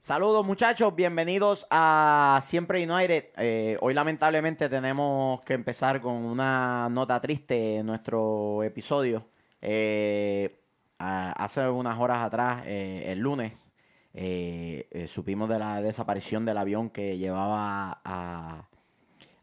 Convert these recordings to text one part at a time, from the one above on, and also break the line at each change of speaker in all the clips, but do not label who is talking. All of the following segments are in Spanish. Saludos muchachos, bienvenidos a Siempre United. Eh, hoy lamentablemente tenemos que empezar con una nota triste en nuestro episodio. Eh, a- hace unas horas atrás, eh, el lunes, eh, eh, supimos de la desaparición del avión que llevaba a,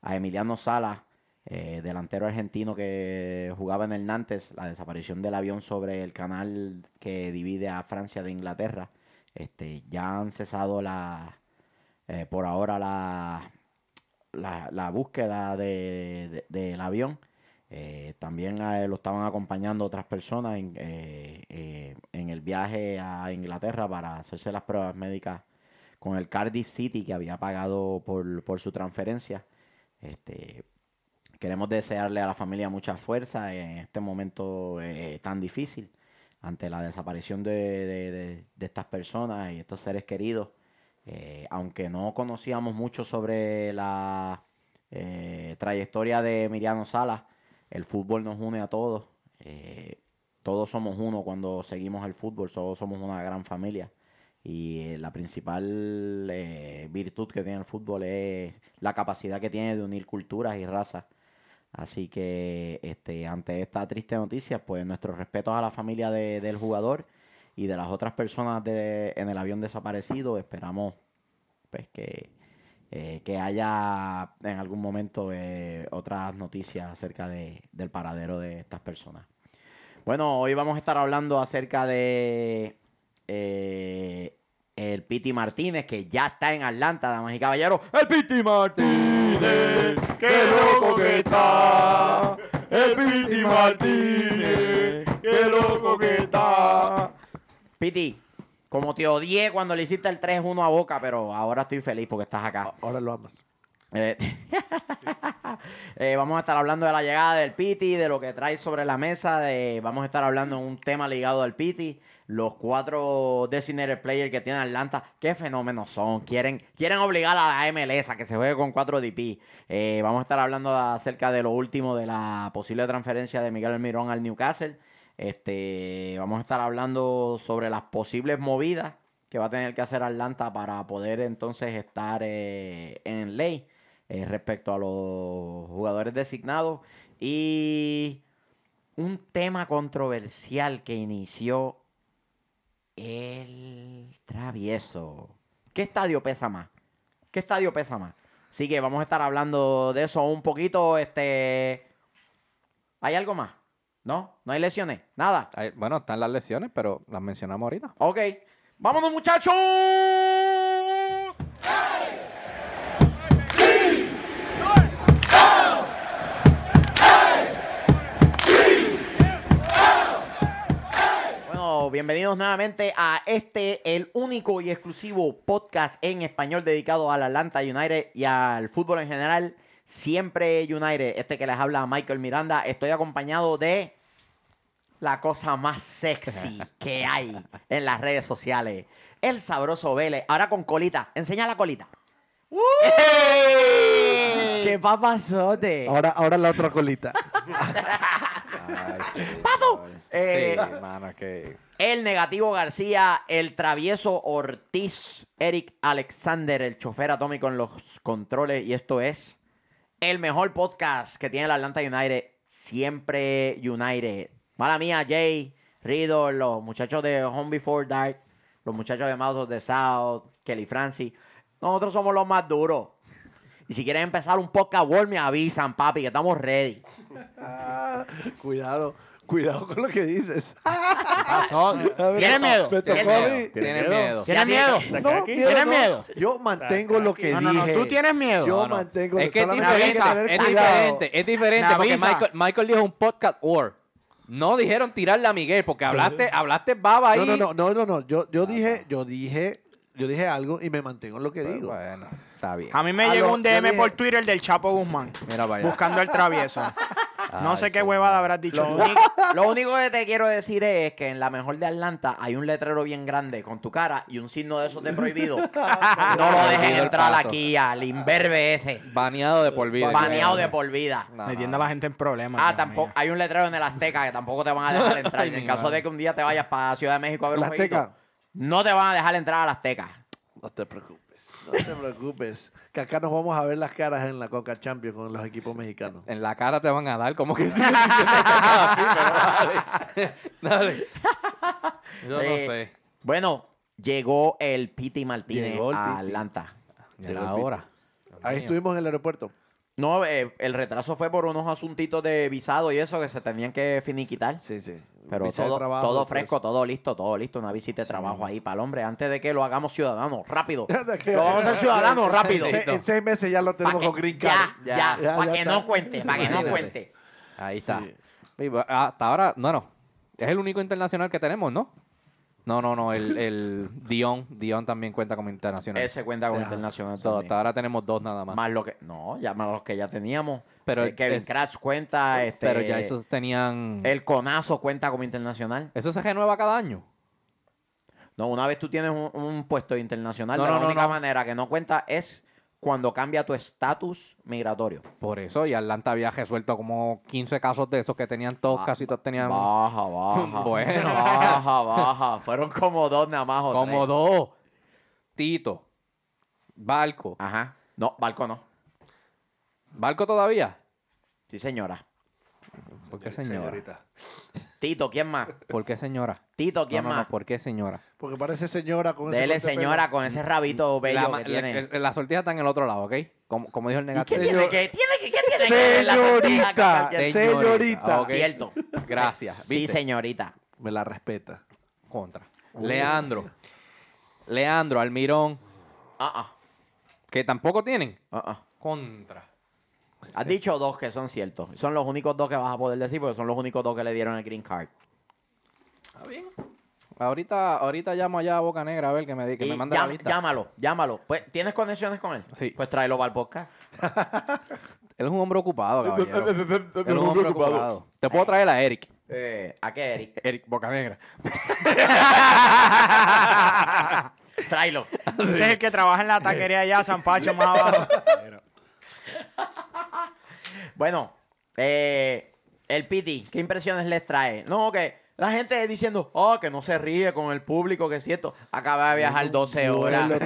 a Emiliano Sala, eh, delantero argentino que jugaba en el Nantes, la desaparición del avión sobre el canal que divide a Francia de Inglaterra. Este, ya han cesado la, eh, por ahora la, la, la búsqueda de- de- del avión. Eh, también a él lo estaban acompañando otras personas en, eh, eh, en el viaje a Inglaterra para hacerse las pruebas médicas con el Cardiff City que había pagado por, por su transferencia. Este, queremos desearle a la familia mucha fuerza en este momento eh, tan difícil ante la desaparición de, de- de- de estas personas y estos seres queridos. Eh, aunque no conocíamos mucho sobre la eh, trayectoria de Emiliano Salas, el fútbol nos une a todos. Eh, todos somos uno cuando seguimos el fútbol, todos somos una gran familia. Y eh, la principal eh, virtud que tiene el fútbol es la capacidad que tiene de unir culturas y razas. Así que este, ante esta triste noticia, pues nuestros respetos a la familia de- del jugador y de las otras personas de- en el avión desaparecido. Esperamos pues, que, eh, que haya en algún momento eh, otras noticias acerca de- del paradero de estas personas. Bueno, hoy vamos a estar hablando acerca de eh, el Piti Martínez, que ya está en Atlanta, damas y caballeros. ¡El Piti Martínez!
¡Qué loco que está! ¡El Piti Martínez! ¡Qué loco que está!
Piti, como te odié cuando le hiciste el 3-1 a Boca, pero ahora estoy feliz porque estás acá.
Ahora lo amas.
Eh, eh, vamos a estar hablando de la llegada del Piti, de lo que trae sobre la mesa, de, vamos a estar hablando de un tema ligado al Piti, los cuatro designated players que tiene Atlanta, qué fenómenos son, quieren, quieren obligar a la MLS a que se juegue con cuatro DP. Eh, vamos a estar hablando acerca de lo último de la posible transferencia de Miguel Almirón al Newcastle. Este, vamos a estar hablando sobre las posibles movidas que va a tener que hacer Atlanta para poder entonces estar eh, en ley eh, respecto a los jugadores designados. Y un tema controversial que inició el travieso. ¿Qué estadio pesa más? ¿Qué estadio pesa más? Así que vamos a estar hablando de eso un poquito. Este, ¿Hay algo más? ¿No? ¿No hay lesiones? ¿Nada?
Ay, Bueno, están las lesiones, pero las mencionamos ahorita.
Ok. ¡Vámonos, muchachos! Bueno, Bienvenidos nuevamente a este, el único y exclusivo podcast en español dedicado al Atlanta United y al fútbol en general. Siempre United, este que les habla Michael Miranda. Estoy acompañado de la cosa más sexy que hay en las redes sociales. El sabroso Vélez. Ahora con colita. Enseña la colita. ¡Qué papazote!
Ahora, ahora la otra colita.
Ay, sí,
¡Pato!
ay.
Eh,
Sí, mano, es que...
El negativo García, el travieso Ortiz, Eric Alexander, el chofer atómico en los controles. Y esto es el mejor podcast que tiene el Atlanta United. Siempre United. Mala mía, Jay, Riddle, los muchachos de Home Before Dark, los muchachos de Mouse of the South, Kelly Francis. Nosotros somos los más duros. Y si quieren empezar un podcast world, me avisan, papi, que estamos ready.
Ah, cuidado, cuidado con lo que dices.
Pasó.
A ver,
Tiene miedo.
Ah, me
Tiene
tocó a mí.
miedo.
Tiene
miedo?
miedo.
Tiene miedo.
Ah, No,
aquí?
¿Tienes miedo?
Yo mantengo lo que
No,
dije.
no, no, tú tienes miedo.
Yo
No, no.
mantengo
Es que es
solamente hay
diferente,
tener
es
cuidado.
diferente, es diferente,
Me
porque
avisa.
Michael, Michael dijo un podcast war. No dijeron tirarle a Miguel, porque hablaste, hablaste baba ahí.
No, no, no, no, no, no. Yo, yo dije, yo dije, yo dije algo y me mantengo en lo que digo.
Pues Bueno, está bien.
A mí me
A
llegó
lo-
un
yo
DM
dije-
por Twitter del Chapo Guzmán,
Mira para allá.
buscando el travieso. No
Ay,
sé qué
sí,
huevada
mano.
habrás dicho.
Lo único, lo único que te quiero decir es que en la mejor de Atlanta hay un letrero bien grande con tu cara y un signo de esos de prohibido. No lo dejen
Prohibido el
entrar
paso.
aquí al imberbe ese.
Baneado de por vida.
Baneado de por vida.
No,
Metiendo a
no,
la gente en problemas.
Ah,
Dios
tampoco.
mío.
Hay un letrero en el Azteca que tampoco te van a dejar entrar.
Ay,
En
mi
caso
madre.
de que un día te vayas para Ciudad de México a ver
¿El
un jueguito,
Azteca?
no te van a dejar entrar al Azteca.
no.
No te preocupes, no te preocupes. Que acá nos vamos a ver las caras en la Coca Champions con los equipos mexicanos.
En la cara te van a dar, como que sí. Así, pero dale. Dale. Yo
Eh,
no sé.
Bueno, llegó el Piti Martínez
Llegó el
a
Piti.
Atlanta.
Era
Llegó el
ahora.
Ahí estuvimos en el aeropuerto.
No, eh, el retraso fue por unos asuntitos de visado y eso que se tenían que finiquitar.
Sí, sí.
Pero
Visa de
todo,
trabajo,
todo
todo
fresco, todo listo, todo listo. Una visita de trabajo ahí para el hombre. Antes de que lo hagamos ciudadano, rápido. lo vamos a hacer ciudadano, rápido.
eso. Se- en seis meses ya lo
Pa'
tenemos
que-
con Green
ya,
Card.
ya,
Ya,
ya,
para
ya
que
está.
no cuente, para que no
Imagínate.
cuente.
Ahí está.
Sí.
Y, bueno, Hasta ahora, no, no. Es el único internacional que tenemos, ¿no? No, no, no. El, el Dion. Dion también cuenta como internacional.
Ese cuenta con
Ya.
internacional.
So,
también.
hasta ahora tenemos dos nada más.
Más lo que. No, ya más los que ya teníamos.
Pero
Eh, Kevin
es-
Kratz cuenta. Este,
Pero ya esos tenían.
El conazo cuenta como internacional.
Eso se renueva cada año.
No, una vez tú tienes un, un puesto internacional,
No,
de
no,
la
no,
única
no.
manera que no cuenta es cuando cambia tu estatus migratorio.
Por eso, y Atlanta había resuelto como 15 casos de esos que tenían todos,
Ba-
casi todos tenían
Baja, baja.
Bueno.
Baja, baja. Fueron como dos nada más. o
como
tres.
dos. Tito. Barco.
Ajá. No, Balco no.
¿Barco todavía?
Sí, señora.
¿Por qué señora?
Tito, ¿quién más?
¿Por qué señora?
Tito, ¿quién
No, no, no,
más?
¿Por qué señora?
Porque parece señora con ese
Dele,
corte de pelo.
señora, con ese rabito bello
la,
que
ma- la-
tiene.
el- la sortija está en el otro lado, ¿ok? Como, como dijo el
¿Y qué
negativo.
tiene que, tiene que, qué tiene que ver la sortija que
Señorita,
cambia el-
señorita.
Señorita, ok.
Cierto.
Gracias.
Sí,
¿viste?
señorita.
Me la respeta.
Contra. Leandro. Leandro, Almirón,
Ah, ah,
que tampoco tienen.
ah, ah.
Contra.
Has dicho dos que son ciertos. Son los únicos dos que vas a poder decir porque son los únicos dos que le dieron el green card.
Ahorita, ahorita llamo allá a Boca Negra a ver que me, di- que
Y
me mande
llam-
la lista.
Llámalo, llámalo. Pues, ¿Tienes conexiones con él?
Sí.
Pues tráelo para el podcast.
Él es un hombre ocupado, caballero. Él es un hombre ocupado. Te puedo traer a Eric.
Eh, ¿A qué, Eric?
Eric Boca Negra.
Tráelo.
Ese es el que trabaja en la taquería allá, San Pacho, más abajo.
Bueno, eh, el Piti, ¿qué impresiones les trae? No, que la gente diciendo, oh, que no se ríe con el público, que es cierto. Acaba de viajar 12 horas.
Vuelo,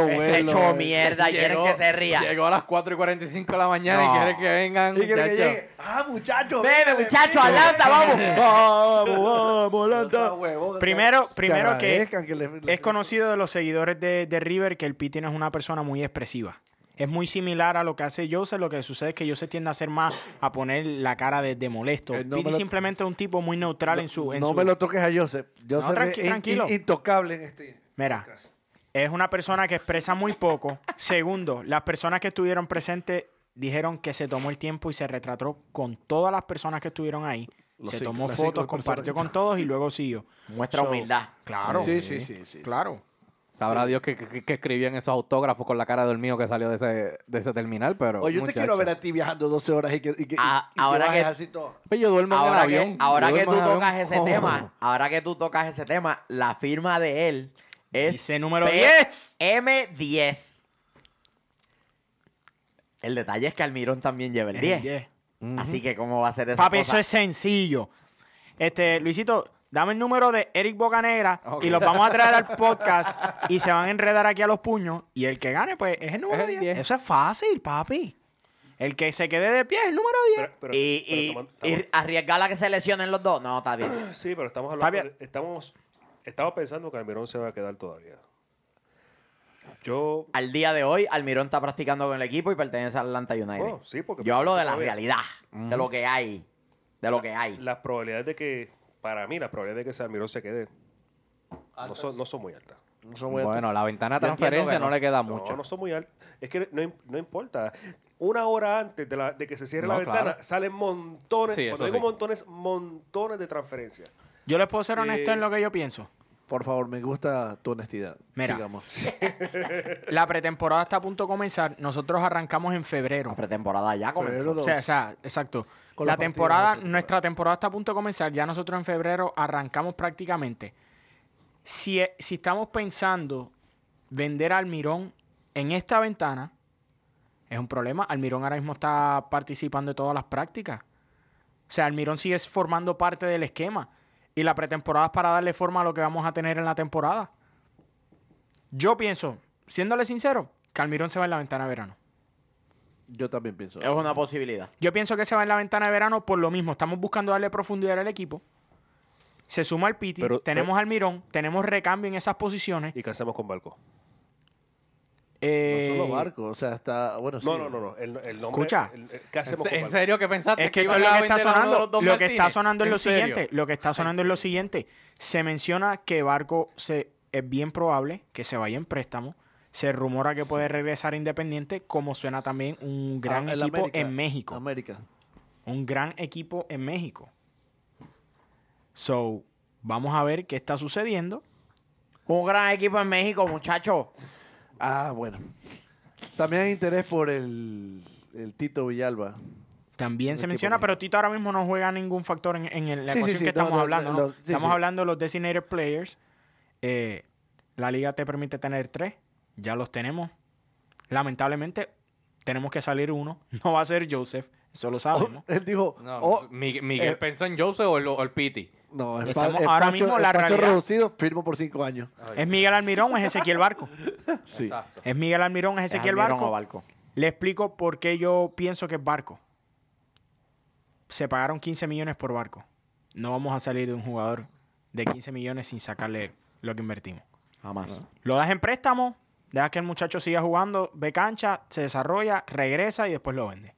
Este
vuelo. eh.
hecho mierda y quieren que se ría.
Llegó a las 4 y 45 de la mañana
No.
y quiere que vengan.
Y quiere que
muchachos.
llegue. Ah, muchachos.
Ven, muchachos, Atlanta, vamos.
Vamos, vamos, Lanta.
Primero, primero que
agradezcan que le-
es conocido de los seguidores de, de River que el Piti no es una persona muy expresiva. Es muy similar a lo que hace Jose, lo que sucede es que Jose tiende a hacer más a poner la cara de, de molesto.
Eh, no
Piti
me lo-
simplemente es un tipo muy neutral en su... en
no
su-
me lo toques a Joseph. Joseph
tranqui-
es in-
tranquilo.
in- intocable en este.
Mira, es una persona que expresa muy poco. Segundo, las personas que estuvieron presentes dijeron que se tomó el tiempo y se retrató con todas las personas que estuvieron ahí.
Los
se
cinco-
tomó
las cinco
fotos,
personas.
compartió con todos y luego siguió.
Muestra
So,
humildad.
Claro.
Sí, sí, sí, sí.
Claro.
Sabrá Dios que, que, que escribían esos autógrafos con la cara del mío que salió de ese, de ese terminal, pero.
Oye, yo te quiero
muchacho.
ver a ti viajando 12 horas y que, y que, y-
Ah,
y que
ahora
bajes
que-
así todo.
Pero yo duermo
Ahora
en el avión.
que, ahora
Yo
que tú
duermo en el avión.
tocas ese
Oh.
tema, ahora que tú tocas ese tema, la firma de él es
Dice número
P-
10.
M10. El detalle es que Almirón también lleva el
El
10.
10.
Ujú.
Así que cómo va a ser esa
Papi,
cosa?
eso es sencillo. Este, Luisito, dame el número de Eric Bocanegra
Ok.
y los vamos a traer al podcast y se van a enredar aquí a los puños. Y el que gane, pues, es el número
Es el
10.
10.
Eso es fácil, papi. El que se quede de pie es el número 10.
Pero- pero-
y
pero
y,
estamos-
y
estamos-
arriesgarla que se lesionen los dos. No, está bien.
sí, pero estamos hablando.
Fabián.
de- estamos, estamos pensando que Almirón se va a quedar todavía. Yo.
Al día de hoy, Almirón está practicando con el equipo y pertenece al Atlanta United.
Bueno, oh, sí, porque.
Yo hablo de la
todavía-
realidad, de lo que hay, de lo que hay.
Las probabilidades de que. Para mí, las probabilidades de que ese Almirón se quede. No son, no son muy altas.
No son buenas.
Bueno, la ventana de
Yo entiendo
transferencia
que no.
no le queda
No,
mucho.
no son muy altas. Es que no, im- no importa. Una hora antes de, la- de que se cierre
No,
la ventana,
claro.
salen montones.
Sí, eso
cuando digo
sí.
montones, montones de transferencias.
Yo les puedo ser honesto
Eh,
en lo que yo pienso.
Por favor, me gusta tu honestidad.
Mira.
Sigamos.
La pretemporada está a punto de comenzar. Nosotros arrancamos en febrero.
La pretemporada ya comenzó.
Febrero
O sea, o sea, exacto.
Con
la
los partidos de la
temporada,
pretemporada.
nuestra temporada está a punto de comenzar. Ya nosotros en febrero arrancamos prácticamente. Si, e, si estamos pensando vender a Almirón en esta ventana, es un problema. Almirón ahora mismo está participando de todas las prácticas. O sea, Almirón sigue formando parte del esquema. Y la pretemporada es para darle forma a lo que vamos a tener en la temporada. Yo pienso, siéndole sincero, Calmirón se va en la ventana de verano.
Yo también pienso.
Es una posibilidad.
Yo pienso que se va en la ventana de verano por lo mismo. Estamos buscando darle profundidad al equipo. Se suma al Piti,
Pero-
tenemos al Mirón, tenemos recambio en esas posiciones.
¿Y qué hacemos con Barco?
Eh,
No solo barco, o sea, está. Bueno, sí.
No, no, no, no. El, el nombre.
Escucha.
el- el- ¿Qué hacemos con
¿En
Barco?
serio que pensaste?
Es que esto
iban
es lo
Ah, a
que está
vender a uno de
sonando.
los dos
Lo que está
Martínez?
sonando es
¿En
lo
serio?
siguiente. Lo que está sonando es lo siguiente. Se menciona que Barco se, es bien probable que se vaya en préstamo. Se rumora que puede regresar Independiente, como suena también un gran
Ah, el
equipo
América.
en México.
América.
Un gran equipo en México. So, vamos a ver qué está sucediendo.
Un gran equipo en México, muchachos.
Ah, bueno. También hay interés por el, el Tito Villalba.
También se
equipo
menciona,
México.
pero Tito ahora mismo no juega ningún factor en, en el- la
Sí, sí,
ecuación
sí,
que
no,
estamos
no,
hablando.
no,
¿no?
no, sí,
estamos
sí.
hablando de los designated players. Eh, la liga te permite tener tres. Ya los tenemos. Lamentablemente, tenemos que salir uno. No va a ser Joseph. Eso lo sabemos.
Él dijo,
No,
oh,
Mi- Miguel
eh,
pensó en Joseph o el, o el Piti.
no, el
Estamos
pa- el
ahora
Pacho-
mismo
el
la
Pacho
realidad.
reducido, firmo por cinco años.
Ah,
¿Es Miguel Almirón o es Ezequiel Barco?
Sí.
Exacto.
¿Es Miguel Almirón o es Ezequiel
Almirón
Barco?
o Barco.
Le explico por qué yo pienso que es Barco. Se pagaron 15 millones por Barco. No vamos a salir de un jugador de 15 millones sin sacarle lo que invertimos.
Jamás.
Lo das en préstamo, dejas que el muchacho siga jugando, ve cancha, se desarrolla, regresa y después lo vende.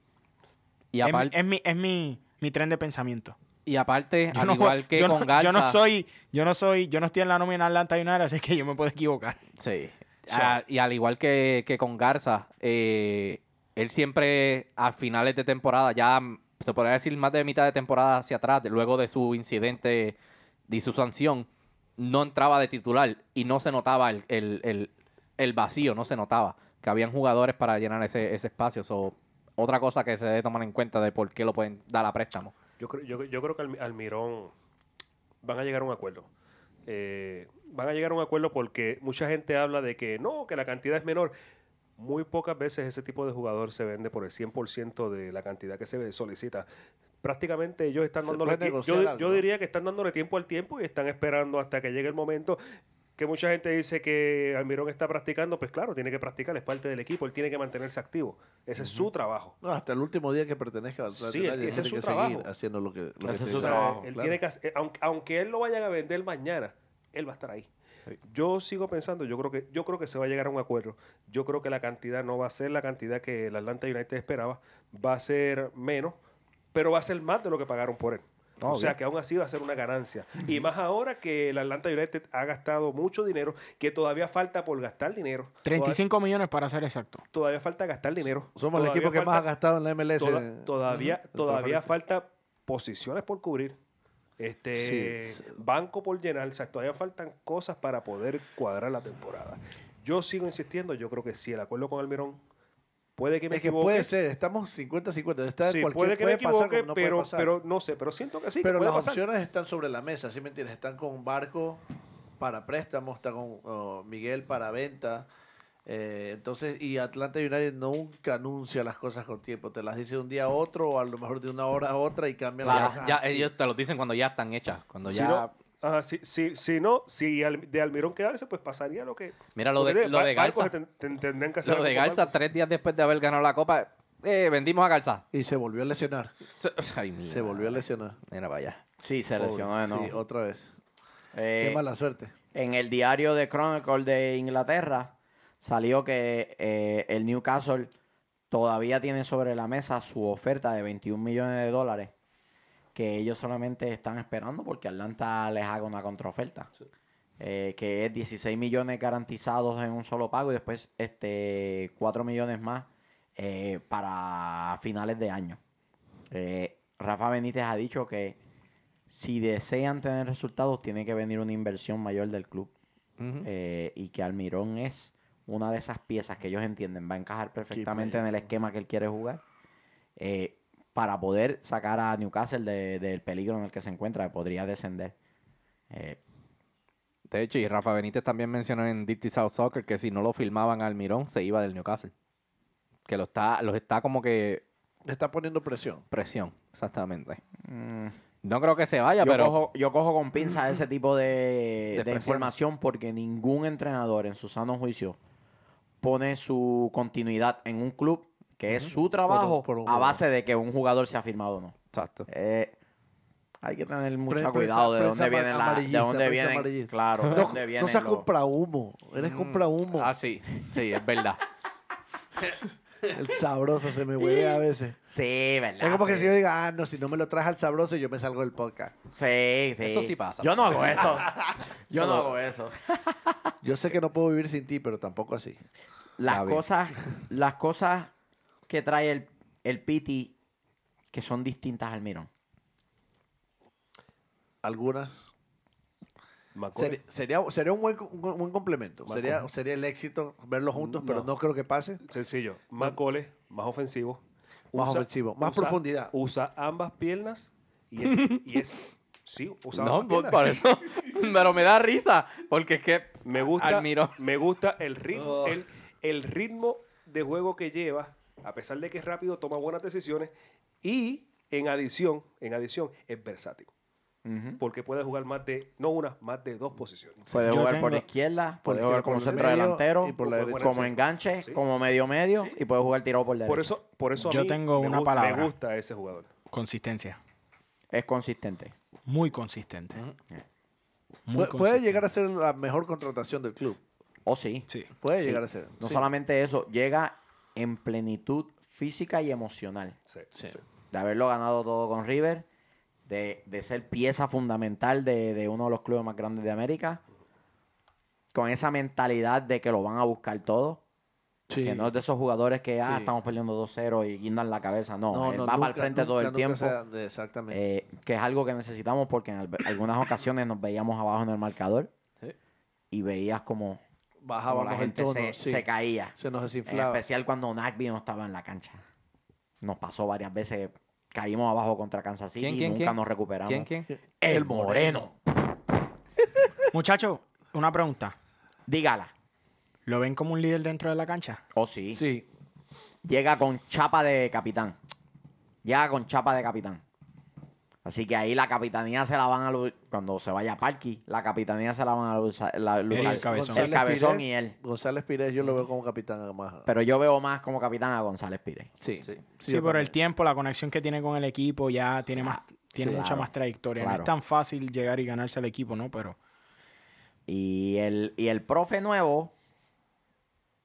Y
Es, mi-
aparte,
es mi, es mi, mi tren de pensamiento.
y aparte
Yo
al
no-
igual que
yo no-
con Garza.
Yo no soy, yo no soy, yo no estoy en la nómina Atlanta United, así que yo me puedo equivocar.
Sí. Ah, y al igual que, que con Garza, eh, él siempre a finales de temporada, ya mm, se podría decir más de mitad de temporada hacia atrás, de- luego de su incidente y su sanción, no entraba de titular y no se notaba el, el- el- el vacío, no se notaba que habían jugadores para llenar ese, ese espacio. So, otra cosa que se debe tomar en cuenta de por qué lo pueden dar a préstamo.
Yo, creo- yo, yo creo que Almi- Almirón van a llegar a un acuerdo. Eh, van a llegar a un acuerdo porque mucha gente habla de que no, que la cantidad es menor. Muy pocas veces ese tipo de jugador se vende por el 100% de la cantidad que se solicita. Prácticamente ellos están
Se
dándole
puede
tiempo.
negociar
Yo,
algo,
yo
¿no?
diría que están dándole tiempo al tiempo y están esperando hasta que llegue el momento. Que mucha gente dice que Almirón está practicando, pues claro, tiene que practicar, es parte del equipo, él tiene que mantenerse activo. Ese es su trabajo.
No, hasta el último día que pertenezca a Atlanta
Sí, él-
United,
ese es
tiene
su
que
trabajo.
seguir haciendo lo que, lo que
Ese es
esté
su
O sea,
haciendo.
trabajo,
él
claro.
tiene que hacer- aunque, aunque él lo vayan a vender mañana, él va a estar ahí. Yo sigo pensando, yo creo que yo creo que se va a llegar a un acuerdo. Yo creo que la cantidad no va a ser la cantidad que el Atlanta United esperaba, va a ser menos, pero va a ser más de lo que pagaron por él. o sea que aún así va a ser una ganancia. Y más ahora que el Atlanta United ha gastado mucho dinero, que todavía falta por gastar dinero. Toda-
35 millones para ser exacto.
Todavía, falta gastar dinero.
Somos el
Todavía
equipo que más ha
falta-
gastado en la MLS.
Toda-
eh,
todavía
en
todavía
transferencias.
falta posiciones por cubrir. Este
Sí, sí.
banco por llenar, o sea, todavía faltan cosas para poder cuadrar la temporada. Yo sigo insistiendo, yo creo que sí, el acuerdo con Almirón puede que me
Es que
equivoque.
puede ser, estamos 50-50. Está
Sí,
cualquier
puede que me
puede pasar,
equivoque,
como no puede
pero,
pasar.
pero no sé, pero siento que sí. que
Pero
puede
las
pasar.
opciones están sobre la mesa, ¿sí me entiendes? Están con Barco para préstamo, está con oh, Miguel para venta. eh, entonces, y Atlanta United nunca anuncia las cosas con tiempo. Te las dice de un día a otro o a lo mejor de una hora a otra y cambian las
Ya,
cosas.
ya
así.
ellos te lo dicen cuando ya están hechas, cuando
Si
ya
no, ajá, si, si- si no, si al- de Almirón quedarse, pues pasaría lo que.
Mira, lo
que
de- lo de
Barcos
Garza.
ten- ten- tendrían que hacer
Lo
algo
de
con
Garza,
Barcos.
tres días después de haber ganado la copa, eh, vendimos a Garza.
Y se volvió a lesionar.
Ay, mira.
Se volvió a lesionar.
Mira para allá.
Sí, se
Pobre,
lesionó de nuevo.
Sí, otra vez.
Eh,
Qué mala suerte.
En el diario de Chronicle de Inglaterra salió que eh, el Newcastle todavía tiene sobre la mesa su oferta de 21 millones de dólares que ellos solamente están esperando porque Atlanta les haga una contraoferta. Eh, que es 16 millones garantizados en un solo pago y después este 4 millones más eh, para finales de año. Eh, Rafa Benítez ha dicho que si desean tener resultados, tiene que venir una inversión mayor del club. eh, y que Almirón es una de esas piezas que ellos entienden va a encajar perfectamente en el esquema que él quiere jugar eh, para poder sacar a Newcastle de- del peligro en el que se encuentra, que podría descender. Eh,
De hecho, y Rafa Benítez también mencionó en Dirty South Soccer que si no lo filmaban al Mirón, se iba del Newcastle. Que lo está, los está como que
Le está poniendo presión.
presión, exactamente.
mm,
No creo que se vaya,
yo,
pero
cojo, yo cojo con pinzas ese tipo de, de
performance.
información porque ningún entrenador en su sano juicio pone su continuidad en un club que es su trabajo
por un
a
jugador.
base de que un jugador se ha firmado o no.
Exacto.
Eh, hay que tener mucho
Prensa-
cuidado de
prensa
dónde
ama-
vienen la, de
amarillista,
dónde
prensa
vienen,
amarillista.
claro, de
No,
dónde Mm.
no
vienen
seas
los-
compra humo. Eres compra humo.
Ah, sí. Sí, es verdad.
El sabroso se me huele a veces.
Sí, ¿verdad?
Es como que
Sí.
si yo diga, ah, no, si no me lo traes al sabroso, yo me salgo del podcast.
Sí, sí.
Eso sí pasa.
Yo no hago eso. Yo no
No.
hago eso.
Yo sé que no puedo vivir sin ti, pero tampoco así.
Las
Está bien.
cosas, las cosas que trae el, el Piti que son distintas al Mirón.
Algunas.
Macorís.
Sería, sería, sería un buen, co- un buen complemento. Sería, sería el éxito verlos juntos, pero
No.
no creo que pase.
Sencillo. Más goles, más ofensivo.
Más ofensivo, más profundidad.
Usa ambas piernas y es. y es- sí, usa
No, pues,
ambas
por,
piernas.
por eso. Pero me da risa. Porque es que.
Me gusta,
Almirón.
me gusta el ritmo,
Oh.
el, el ritmo de juego que lleva, a pesar de que es rápido, toma buenas decisiones y en adición, en adición, es versátil. Porque puede jugar más de, no una, más de dos posiciones.
Puede
Yo
jugar por
tengo-
izqueda, puede
porque
jugar como
por el
centro
medio
delantero,
y por la
derecha.
como enganche,
Sí.
como medio medio y puede jugar tirado por derecha.
Por eso, por eso a
Yo
mí
tengo
me
una
gu-
palabra.
Me gusta ese jugador.
Consistencia.
Es consistente.
Muy consistente. Muy
Pu- puede
consistente.
llegar a ser la mejor contratación del club.
O sí.
Sí.
Puede
Sí.
llegar a ser.
No
Sí.
solamente eso, llega en plenitud física y emocional.
Sí,
Sí.
sí.
de haberlo ganado todo con River, de, de ser pieza fundamental de, de uno de los clubes más grandes de América, con esa mentalidad de que lo van a buscar todo,
Sí.
que no es de esos jugadores que ah,
Sí.
estamos perdiendo 2-0 y guindan la cabeza, no, él eh, va para el
nunca,
frente todo el
nunca, nunca
tiempo,
se- exactamente.
eh, que es algo que necesitamos porque en al- algunas ocasiones nos veíamos abajo en el marcador
Sí.
y veías como, como
Bajaba
la
más el
gente
tono.
se,
sí.
se eh, caía.
Se nos
En
desinflaba.
especial cuando Nagby no estaba en la cancha. Nos pasó varias veces. Caímos abajo contra Kansas City
¿Quién,
y
quién,
nunca
quién?
nos recuperamos.
¿Quién, quién?
El Moreno.
Muchachos, una pregunta.
Dígala.
¿Lo ven como un líder dentro de la cancha?
O sí.
Sí.
Llega con chapa de capitán. Llega con chapa de capitán. Así que ahí la capitanía se la van a lu- Cuando se vaya a Parky, la capitanía se la van a luchar. la- luchar-
el cabezón.
el cabezón
Pires-
y él.
González Pires yo lo veo como capitán más.
Pero yo veo más como capitán a González Pires.
Sí.
Sí.
Sí,
yo
por el
también.
tiempo, la conexión que tiene con el equipo, ya tiene más, tiene
sí,
mucha
claro,
más trayectoria. No
claro.
es tan fácil llegar y ganarse al equipo, ¿no? Pero
Y el, y el profe nuevo.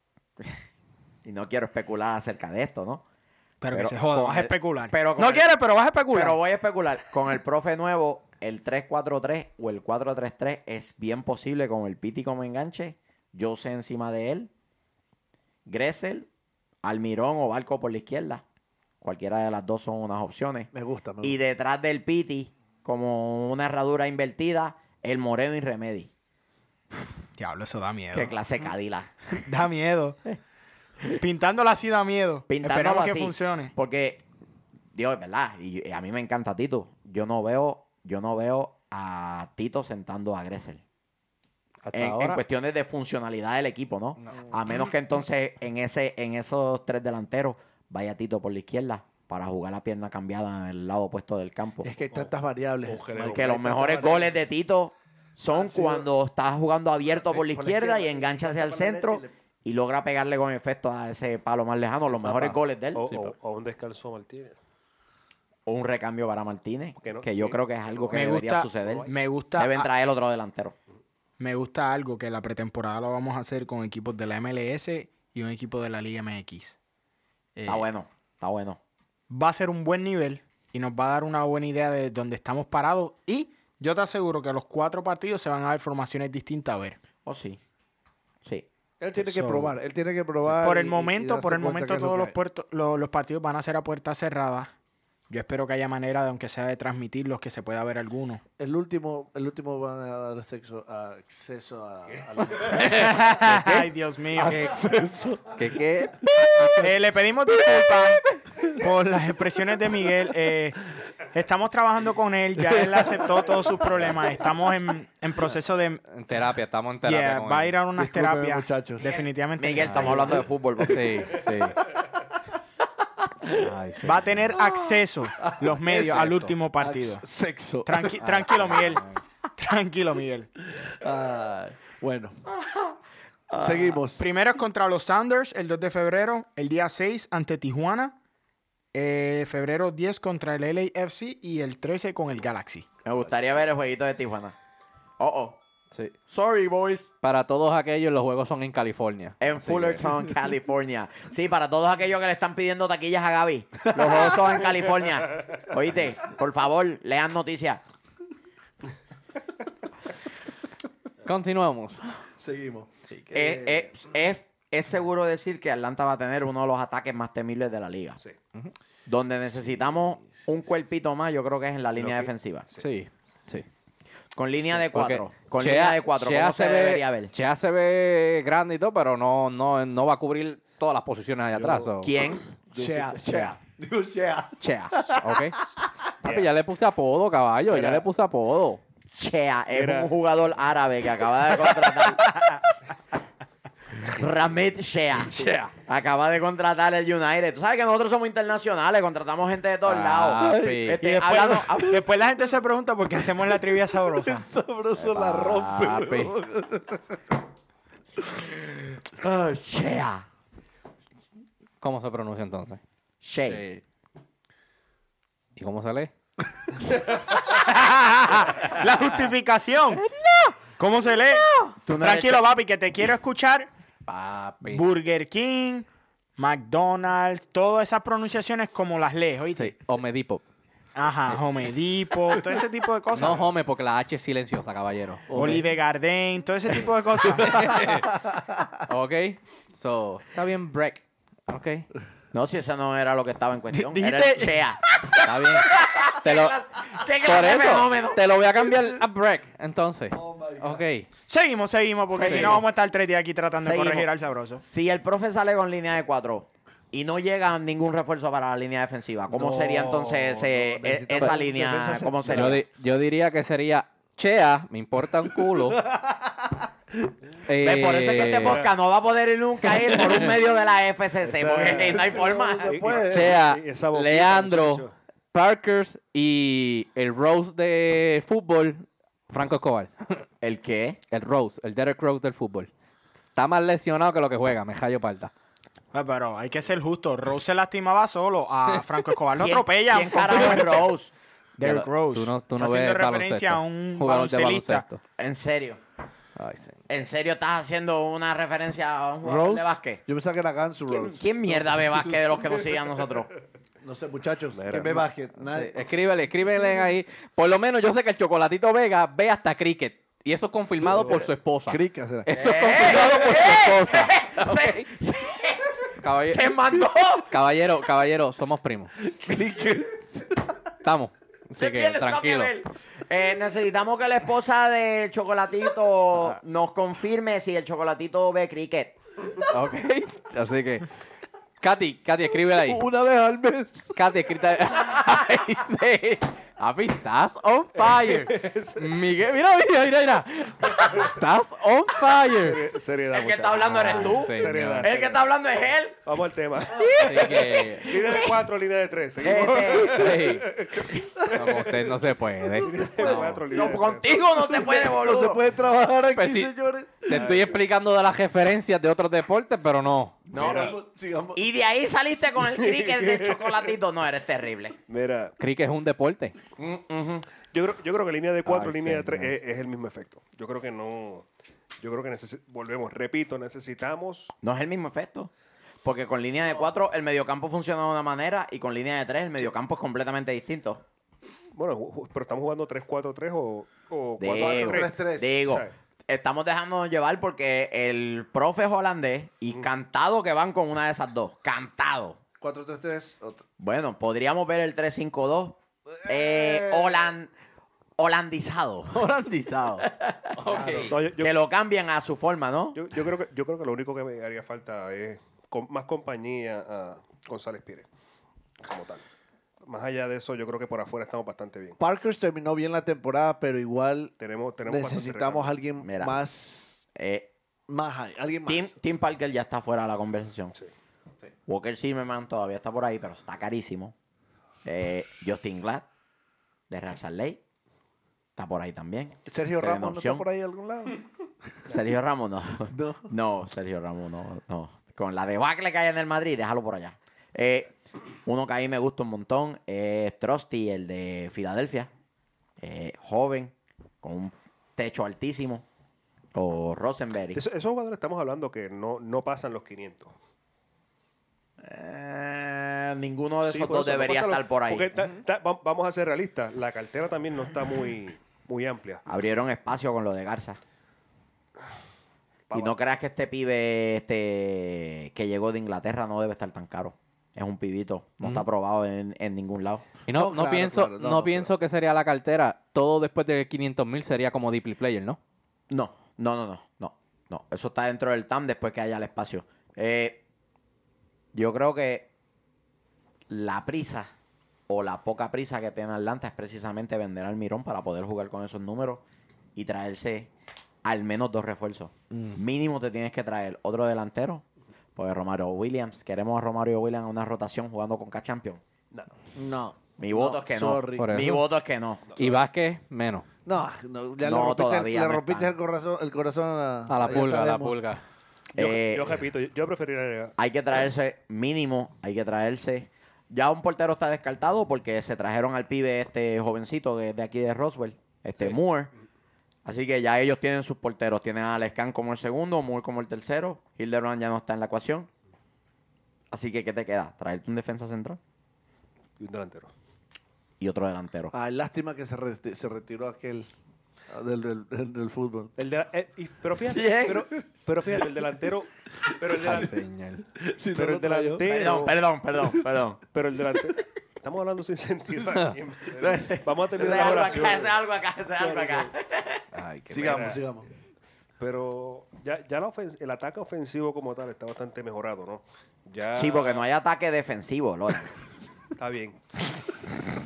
y no quiero especular acerca de esto, ¿no?
Pero,
Pero
que se joda,
con
vas a
el-
especular.
pero con
no
el-
quieres, pero vas a especular.
Pero voy a especular. Con el profe nuevo, el 3-4-3 o el 4-3-3 es bien posible con el Piti como enganche. Yo sé encima de él. Gressel, Almirón o Barco por la izquierda. Cualquiera de las dos son unas opciones.
Me gusta, me gusta.
Y detrás del Piti, como una herradura invertida, el Moreno y Remedy.
Diablo, eso da miedo.
Qué clase Cadila.
Da miedo. Pintándola así da miedo.
Pintándolo
Esperemos
así.
que funcione.
Porque, Dios, es verdad. Y, y a mí me encanta Tito. Yo no veo, yo no veo a Tito sentando a Gressel.
Hasta
en, en
ahora.
cuestiones de funcionalidad del equipo, ¿no? A menos que entonces en ese, en esos tres delanteros vaya Tito por la izquierda para jugar la pierna cambiada en el lado opuesto del campo.
Es que hay tantas variables.
o Jerez,
Mike,
que
hay
los
tantas
mejores
variables.
goles de Tito son
Han sido-
cuando está jugando abierto
Sí,
por la
por la
izquierda y
izquierda,
engancha
y
hacia el
saca para la
centro
derecha
y logra pegarle con efecto a ese palo más lejano. Los mejores
Papá.
goles de
Oh,
él.
O,
Sí,
o- o un descalzo a Martínez.
o un recambio para Martínez,
Que
que,
no-
yo
sí,
creo que es algo que
Me
debería
gusta,
suceder.
me gusta,
Deben traer otro delantero.
me gusta algo que la pretemporada lo vamos a hacer con equipos de la MLS y un equipo de la Liga MX. Eh,
Está bueno, está bueno.
Va a ser un buen nivel y nos va a dar una buena idea de dónde estamos parados. Y yo te aseguro que a los cuatro partidos se van a ver formaciones distintas a ver.
¿O Oh, sí? Sí.
Él tiene que
So-
probar, él tiene que probar.
Por
y-
el
y- y
momento,
darse
por el
cuenta que
momento
es lo
todos
que
los,
hay.
puerto- lo- los partidos van a ser a puerta cerrada. Yo espero que haya manera de, aunque sea de transmitirlos, que se pueda ver alguno.
El último, el último van a dar sexo, a- acceso a, a los-
Ay, Dios mío.
¿Qué, qué?
Eh, le pedimos disculpas por las expresiones de Miguel. Eh, estamos trabajando con él, ya él aceptó todos sus problemas. Estamos en, en proceso de...
En terapia, estamos en terapia.
Yeah,
con
va a
él.
ir a unas
Discúlpeme,
terapias.
muchachos.
Definitivamente.
Miguel, estamos hablando de fútbol. papi.
Sí, sí. Ay, sí.
Va a tener acceso los medios al
Acceso.
último partido.
sexo.
Tranqui- tranquilo, Miguel. Tranquilo, Miguel.
Ay, bueno, Seguimos.
Primero es contra los Sounders el 2 de febrero, el día 6 ante Tijuana, eh, febrero 10 contra el LAFC y el 13 con el Galaxy.
Me gustaría ver el jueguito de Tijuana. Oh, oh.
Sí.
Sorry, boys.
Para todos aquellos, los juegos son en California.
En
Así que-
Fullerton, California. Sí, para todos aquellos que le están pidiendo taquillas a Gaby. Los juegos son en California. Oíste, por favor, lean noticias.
Continuamos.
Seguimos.
Eh, eh, es, es seguro decir que Atlanta va a tener uno de los ataques más temibles de la liga.
Sí.
Donde necesitamos un cuerpito más, yo creo que es en la línea
que-
defensiva.
Sí, sí.
Con línea de cuatro.
Porque
Con
Chea-
línea de cuatro.
Chea
¿Cómo se,
ve-
debería ver?
Chea se ve grande y todo, pero no, no, no va a cubrir todas las posiciones allá
Yo-
atrás. so-
¿Quién?
Chea,
Chea.
Digo, Shea.
Chea. ¿Ok? Papi, ya le puse apodo, caballo. Ya
Mira.
le puse apodo.
Chea. Es
Mira.
un jugador árabe que acaba de contratar. Ramit Shea. Acaba de contratar el United. Tú sabes que nosotros somos internacionales, contratamos gente de todos
Papi.
lados.
Y
Este,
Y después,
hablando- hab-
después la gente se pregunta por qué hacemos la trivia sabrosa.
Sabroso la rompe.
Papi.
weón.
Ah, Shea.
¿Cómo se pronuncia entonces?
Shea.
Sí.
¿Y cómo se lee?
la justificación. ¿Cómo se lee?
Tú no
Tranquilo,
eres-
papi, que te quiero escuchar.
Papi.
Burger King, McDonald's, todas esas pronunciaciones como las lees, ¿oíste?
Sí, Home Depot.
Ajá, Home Depot, todo ese tipo de cosas.
No Home, porque la H es silenciosa, caballero.
Olive Garden, todo ese tipo de cosas.
Ok. So, está bien, break. Ok.
No, si eso no era lo que estaba en cuestión.
Dijiste-
Era el Chea.
Está bien. Te lo,
¿Qué
por
clase de
eso,
fenómeno?
te lo voy a cambiar a break, entonces. ok.
seguimos, seguimos, porque si no
Seguimos.
vamos a estar tres días aquí tratando
Seguimos.
de corregir al sabroso.
Si el profe sale con línea de cuatro y no llega ningún refuerzo para la línea defensiva, ¿cómo
No,
sería entonces ese-
no,
e-
necesitamos
esa
un
línea?
defensa
¿Cómo
central.
sería?
Yo, di- yo diría que sería Chea, me importa un culo.
Ve, por eso es que este
Eh,
podcast no va a poder ir nunca a ir por un medio de la FCC, porque no hay forma.
Y- y-
Chea,
y esa boquita,
Leandro,
muchacho.
Parkers y el Rose de fútbol, Franco Escobar.
¿El qué?
El Rose, el Derek Rose del fútbol. Está más lesionado que lo que juega, me hallo palta.
Ah, Pero hay que ser justo. Rose se lastimaba solo. A Franco Escobar lo
¿Quién-
atropella.
¿Quién carajo es Rose?
Derrick Rose.
Tú no, tú no
Está
ves
haciendo
baloncesto.
referencia a un
Jugador de
baloncelista.
baloncesto.
En serio.
Ay, señor.
¿En serio estás haciendo una referencia a un jugador
Rose.
de básquet?
Yo pensaba que era Guns N'
¿Quién,
Roses.
quién mierda ve básquet de los que nos siguen a nosotros?
No sé, muchachos.
Mira.
¿Quién ve básquet? Nadie.
Escríbele, escríbele ahí. Por lo menos yo sé que el Chocolatito Vega ve hasta cricket. Y eso es confirmado por su esposa.
Crica será.
Eso
¡Eh!
es confirmado por
eh,
su esposa.
Se- se,
Caballero,
se mandó.
caballero, caballero, somos primos. Estamos. Así que
¿Entiendes?
tranquilo.
Toca ver. Eh, necesitamos que la esposa del chocolatito nos confirme si el chocolatito ve cricket.
Ok. Así que. Katy, Katy, escríbele ahí.
Una vez al mes.
Katy, escrita. Ay, sí. Papi, estás on fire. Miguel, mira, mira, mira, mira. Estás on fire.
Eh, Seriedad,
El que está
muchachos.
hablando eres tú.
Ay,
Seriedad.
señor.
El que está hablando es él.
Vamos al tema.
Así que.
línea de cuatro, línea de tres.
Eh,
Seguimos.
Este,
Sí. No, con usted no se puede.
Línea de
No.
cuatro, línea
no,
de tres.
contigo no se puede, boludo.
No se puede trabajar aquí,
Pues sí.
señores.
Te estoy explicando de las referencias de otros deportes, pero no.
No,
Sigamos, sigamos.
y, y de ahí saliste con el cricket del chocolatito. No, eres terrible.
Mira,
Cricket es un deporte.
yo creo, yo creo que línea de cuatro,
Ay,
línea de tres
señor.
es, es el mismo efecto. Yo creo que no. Yo creo que necesi- volvemos. Repito, necesitamos.
No es el mismo efecto. Porque con línea de cuatro el mediocampo funciona de una manera y con línea de tres el mediocampo es completamente distinto.
Bueno, ju- ju- pero estamos jugando 3-4-3 o, o
Digo,
4-3-3.
tres.
digo,
¿sabes?
estamos dejándonos llevar porque el profe es holandés y cantado que van con una de esas dos. Cantado.
4-3-3. otra.
Bueno, podríamos ver el 3-5-2 eh, holan- holandizado.
Holandizado.
No, yo- yo-
que lo cambian a su forma, ¿no?
Yo, yo creo que, yo creo que lo único que me haría falta es com- más compañía a González Pires, como tal. Más allá de eso, yo creo que por afuera estamos bastante bien.
Parkers terminó bien la temporada, pero igual
Tenemos, tenemos bastante
necesitamos
recambio.
alguien
Mira.
más.
Eh,
Más ahí, alguien más.
Tim, Tim Parker ya está fuera de la conversación.
Sí.
Walker Zimmerman todavía está por ahí, pero está carísimo. Eh, Justin Glad, de Real Salt Lake, está por ahí también. Sería
Sergio
una
Ramos no está
opción.
por ahí a algún lado.
Sergio Ramos no.
No.
No, Sergio Ramos no, no. Con la debacle que hay en el Madrid, déjalo por allá. Eh, uno que a mí me gusta un montón es Trosty, el de Filadelfia. Eh, joven, con un techo altísimo. O Rosenberry.
Eso- esos jugadores estamos hablando que no, no pasan los 500.
Eh, ninguno de
Sí,
esos
por
dos
eso no
debería
pasan los-
estar por ahí.
porque ta- ta- va- vamos a ser realistas, la cartera también no está muy, muy amplia.
Abrieron espacio con lo de Garza.
Pa'
Y no
abajo.
creas que este pibe este que llegó de Inglaterra no debe estar tan caro. Es un pibito, no está probado en, en ningún lado.
Y no,
No,
no,
claro,
pienso,
claro, no,
no,
no,
pienso que sería la cartera. Todo después de 500 mil sería como Deeply Player, ¿no?
No, no, no, no, no, no. Eso está dentro del TAM después que haya el espacio. Eh, yo creo que la prisa o la poca prisa que tiene Atlanta es precisamente vender al Mirón para poder jugar con esos números y traerse al menos dos refuerzos. Mínimo te tienes que traer otro delantero, porque Romario Williams, queremos a Romario Williams en una rotación jugando con K-Champion.
No. No.
Mi voto es que no.
sorry.
Por
Mi
eso.
voto es que no.
Y Vázquez, menos.
No, no, ya
No,
le rompiste,
todavía
le
no
rompiste
están.
el corazón, el corazón a,
A la
Ah, ya
pulga, a la
sabemos.
pulga.
Yo,
Eh,
yo repito, yo, yo preferiría...
hay que traerse mínimo, hay que traerse. Ya un portero está descartado porque se trajeron al pibe este jovencito de, de aquí de Roswell, este
Sí.
Moore. Así que ya ellos tienen sus porteros. Tienen a Alex Kahn como el segundo, Moore como el tercero. Hildebrand ya no está en la ecuación. Así que, ¿qué te queda? Traerte un defensa central
y un delantero.
y otro delantero.
Ah,
Ay, Ah, lástima que se, reti- se retiró aquel ah, del, del- del- del fútbol.
El de- eh, y- pero fíjate,
Bien.
pero, pero fíjate, el delantero, pero el, delan-
Si no
pero
lo
el
traigo.
Perdón,
delantero,
perdón, perdón, perdón.
pero el delantero, estamos hablando sin sentido. aquí, en verdad. Vamos a terminar la
algo
oración.
acá, ese algo acá, ese algo
Claro,
acá.
Sigamos,
Mira.
sigamos.
Pero ya, ya la ofens- el ataque ofensivo como tal está bastante mejorado, ¿no? Ya
Sí, porque no hay ataque defensivo, Lola.
está bien.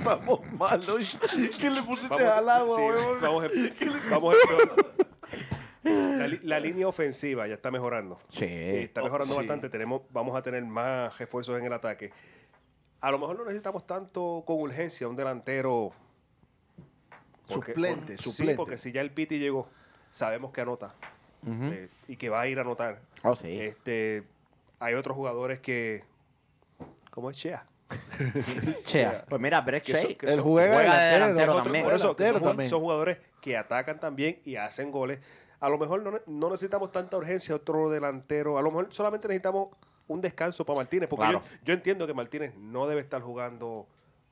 Vamos mal, oye. ¿Qué le pusiste al agua,
sí,
huevón?
vamos, em- vamos em- la, li- la línea ofensiva ya está mejorando. Eh,
Sí.
está mejorando
sí.
bastante. Tenemos, vamos a tener más refuerzos en el ataque. A lo mejor no necesitamos tanto con urgencia un delantero
Suplente,
por-
suplente.
Sí, porque si ya el Piti llegó, sabemos que anota eh, y que va a ir a anotar.
Oh, sí.
Este, hay otros jugadores que, como es Chea,
Chea.
Pues mira, Breck
eh, Que eso-
Shea
que eso-
juega, de delantero
Otro-
también.
Por eso, que son,
Delantero
jug-
también.
son jugadores que atacan también y hacen goles. A lo mejor no, ne- no necesitamos tanta urgencia, otro delantero. A lo mejor solamente necesitamos un descanso para Martínez. Porque
Claro.
yo, yo entiendo que Martínez no debe estar jugando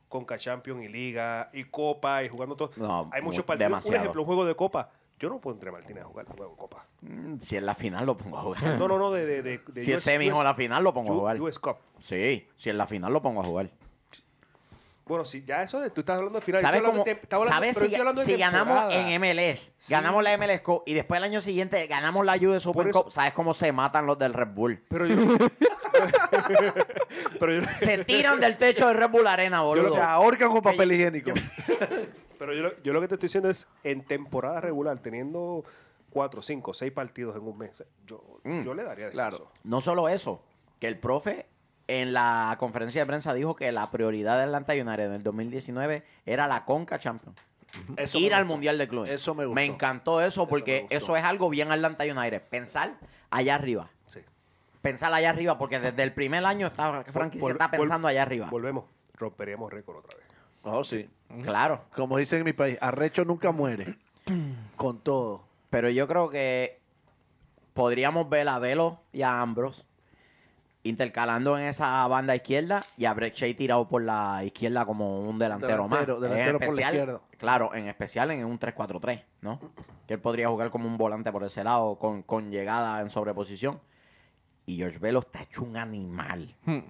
Conca Champions y Liga y Copa y jugando todo.
No,
Hay
mu-
muchos partidos.
demasiado.
Un ejemplo, un juego de Copa. Yo no pondré a Martínez a jugar un juego de Copa.
Mm, Si en la final lo pongo a jugar.
No, no, no. De, de, de, de
si es
US
semi o la final lo pongo a
U-
jugar.
US Cup.
Sí, si en la final lo pongo a jugar.
Bueno, si ya eso de, tú estás hablando de final.
¿Sabes
Yo hablando
cómo?
de tem- estaba hablando-
¿Sabes
pero
si,
yo hablando de
si ganamos en
temporada.
MLS? Ganamos la MLS Cup y después el año siguiente ganamos la US Super
eso-
Cup. ¿Sabes cómo se matan los del Red Bull?
Pero yo. pero, yo
Se tiran del techo del Red Bull Arena, boludo.
lo-
Se ahorcan con papel higiénico.
pero yo, lo- yo lo que te estoy diciendo es: en temporada regular, teniendo cuatro, cinco, seis partidos en un mes, yo,
Mm,
yo le daría descanso.
No solo eso, que el profe en la conferencia de prensa dijo que la prioridad de Atlanta United en el 2019 era la Conca Champions.
Eso
ir
me
al
gustó.
Mundial de Clubes.
Eso me gustó.
Me encantó eso porque
me
eso,
gustó.
es algo bien Atlanta United. Pensar allá arriba.
Sí.
Pensar allá arriba porque desde el primer año está, Frankie se
Vol-
está
vol-
pensando allá arriba.
Volvemos, romperíamos récord otra vez.
Oh, sí.
Claro.
Como dicen en mi país, arrecho nunca muere. Con todo.
Pero yo creo que podríamos ver a Velo y a Ambros intercalando en esa banda izquierda y a Brecht Shea tirado por la izquierda como un delantero,
Delantero,
más.
delantero
en
por la
especial,
izquierda.
Claro, en especial en un 3-4-3, ¿no? Que él podría jugar como un volante por ese lado con, con llegada en sobreposición. Y George Velo está hecho un animal.
Hmm.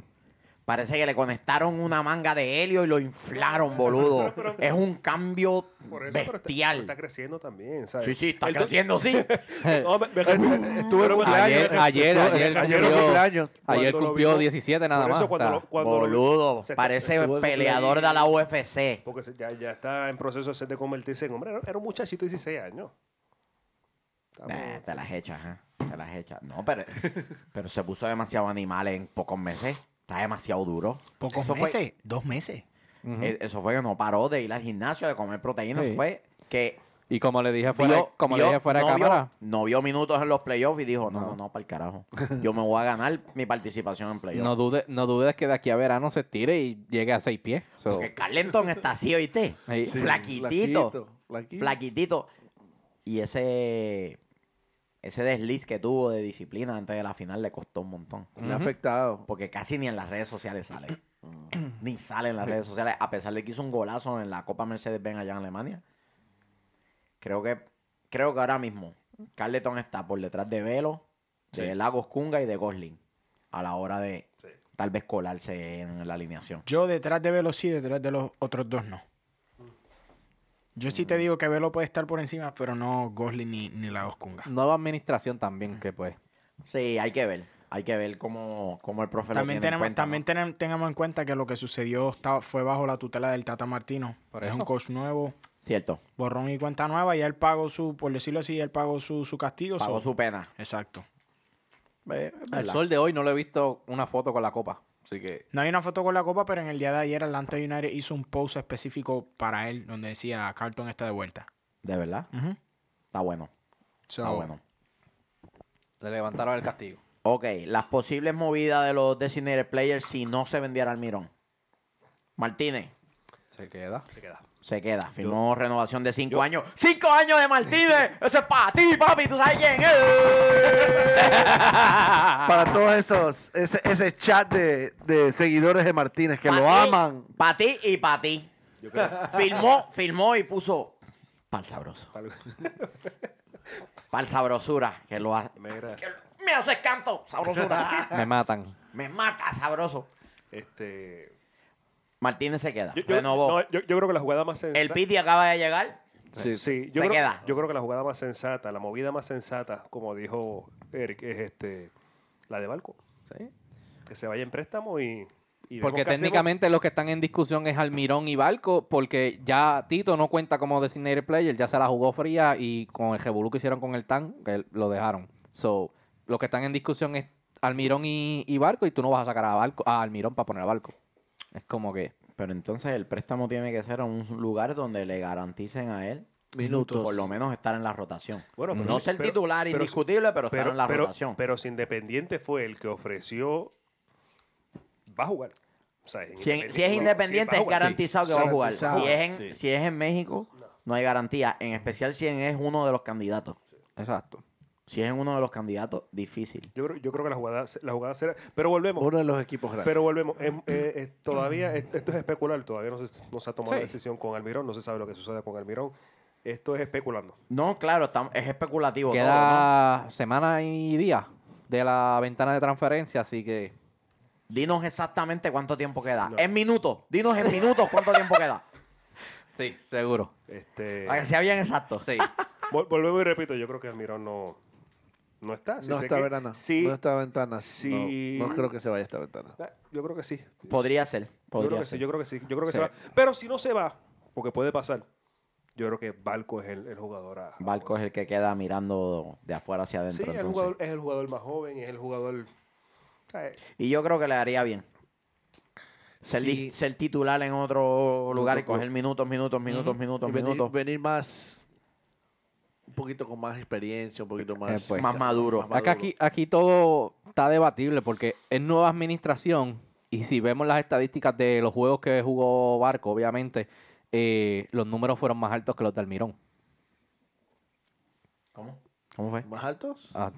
Parece que le conectaron una manga de helio y lo inflaron, boludo. es un cambio
Por eso, pero está,
bestial.
pero está creciendo también, ¿sabes?
Sí, sí, está
El do-
creciendo, sí.
No, me- me-
Estuve
pero
en
cuando-
cumpleaños.
Ayer, ayer,
Estuve-
ayer,
ayer
cumplió,
fue cumpleaños.
ayer
cuando lo
cumplió
vimos-
17 nada
por eso
más.
cuando
o sea,
lo- cuando lo-
Boludo,
se está-
parece
estuvo en
peleador de la UFC.
Porque se- ya, ya está en proceso de ser- de convertirse en hombre. Era, era un muchachito de 16 años. Estamos-
Eh, te las echas, ¿eh? Te las echas. No, pero, pero se puso demasiado animal en pocos meses. Está demasiado duro.
Pocos
Eso fue- e,
meses, dos meses.
Eh, Eso fue que no paró de ir al gimnasio, de comer proteína.
Sí.
Eso Fue que
Y como le dije fuera,
Vio-
como le
vio-
dije fuera
no
de
vio-
cámara,
no vio minutos en los playoffs y dijo, no,
No.
no, no, para el carajo. Yo me voy a ganar mi participación en playoffs.
no, dude- no dudes que de aquí a verano se tire y llegue a seis pies. So,
Porque Carlenton está así, ¿oíste?
ahí-
Sí. Flaquitito.
flaquito.
Flaquitito. Y ese, ese desliz que tuvo de disciplina antes de la final le costó un montón.
Le ha afectado.
Porque casi ni en las redes sociales sale. ni sale en las redes sociales. A pesar de que hizo un golazo en la Copa Mercedes-Benz allá en Alemania. Creo que, creo que ahora mismo Carleton está por detrás de Velo, de Lagos Cunga y de Gosling. A la hora de tal vez colarse en la alineación.
Yo detrás de Velo sí, detrás de los otros dos no. Yo sí
Mm.
te digo que Velo puede estar por encima, pero no Gosling ni, ni la Oscunga.
Nueva administración también, que pues.
Sí, hay que ver. Hay que ver cómo, cómo el profe
También,
lo tiene en
tenemos,
cuenta, ¿no?
también tenem- tengamos en cuenta que lo que sucedió estaba- fue bajo la tutela del Tata Martino.
Por
es
eso.
un coach nuevo,
Cierto.
borrón y cuenta nueva, y él pagó su, por decirlo así, él pagó su, su castigo.
Pagó
so-
su pena.
Exacto.
El sol de hoy no le he visto una foto con la copa. Así que.
No hay una foto con la copa, pero en el día de ayer Atlanta United hizo un post específico para él, donde decía, Carlton está de vuelta.
De verdad.
Ujú.
Está bueno.
So,
Está bueno.
Le levantaron el castigo.
Ok, las posibles movidas de los designated players si no se vendiera Almirón. Martínez
Se queda.
Se queda.
se queda. Firmó renovación de cinco años. ¡Cinco años de Martínez! ¡Eso es para ti, papi! ¡Tú sabes quién es!
Para todos esos, ese, ese chat de, de seguidores de Martínez que lo aman.
Para ti y para ti.
Yo creo.
Firmó, firmó y puso pal sabroso.
Pal-
Pal sabrosura. Que lo ha-
Mira,
que lo- ¡Me haces canto! ¡Sabrosura!
Me matan.
¡Me mata, sabroso!
este.
Martínez se queda.
Yo, yo-
Renovó.
no, yo- yo creo que la jugada más sensata.
El Piti acaba de llegar.
Sí, yo,
Se
creo,
queda.
yo creo que la jugada más sensata, la movida más sensata, como dijo Eric, es este la de Balco.
Sí.
Que se vaya en préstamo y. y vemos
Porque
qué hacemos.
técnicamente los que están en discusión es Almirón y Balco, porque ya Tito no cuenta como designated player, ya se la jugó fría y con el revolú que hicieron con el TAN, que lo dejaron. So, los que están en discusión es Almirón y, y Barco, y tú no vas a sacar a Barco, a Almirón para poner a Barco. Es como que.
Pero entonces el préstamo tiene que ser a un lugar donde le garanticen a él
Minutos.
por lo menos estar en la rotación.
Bueno, pero
no
sí,
ser
pero-
titular
pero sí,
indiscutible, pero, estar en la rotación.
pero si Independiente fue el que ofreció, va a jugar. O sea,
si, en- si
sí,
es
sí,
independiente
va a
es
jugar, sí.
garantizado que va a jugar. Si
garantizado,
es en,
sí.
si es en México, no hay garantía. En especial si en- es uno de los candidatos.
Exacto.
Si es en uno de los candidatos, difícil.
Yo, creo- yo creo que la jugada, la jugada será. Pero volvemos.
Uno de los equipos grandes.
Pero volvemos, em, eh, eh, todavía es- esto es especular, todavía no se, no se ha tomado
Sí.
la decisión con Almirón, no se sabe lo que suceda con Almirón. Esto es especulando.
No, claro, estamos- es especulativo. todo, ¿no?
Queda semana y día de la ventana de transferencia, así que.
Dinos exactamente cuánto tiempo queda.
No.
En minutos. Dinos en minutos cuánto tiempo queda.
Sí, seguro.
Este,
Para que sea bien exacto.
Sí.
vol- volvemos y repito, yo creo que Almirón no, no está. Sí
no
sé
esta
que-
ventana.
Sí,
No esta ventana.
Sí.
No, no creo que se vaya esta ventana.
Ah, yo creo que sí.
Podría ser.
Yo
Podría
creo que
ser.
sí, yo creo que sí, yo creo que
Sí.
se va. Pero si no se va, porque puede pasar, yo creo que Balco es el, el jugador a- a
Balco es el que queda mirando de afuera hacia
Sí,
adentro.
el
entonces.
jugador, es el jugador más joven, es el jugador... eh,
Y yo creo que le haría bien. Ser,
Sí.
di- ser titular en otro lugar y
club.
coger minutos, minutos, minutos, minutos,
Y venir,
minutos.
venir más. Un poquito con más experiencia, un poquito más.
pues.
Más maduro.
Eh, más
Es que aquí, aquí todo está debatible porque es nueva administración y si vemos las estadísticas de los juegos que jugó Barco, obviamente, eh, los números fueron más altos que los de Almirón.
¿Cómo? ¿Cómo fue?
¿Más altos?
Ah,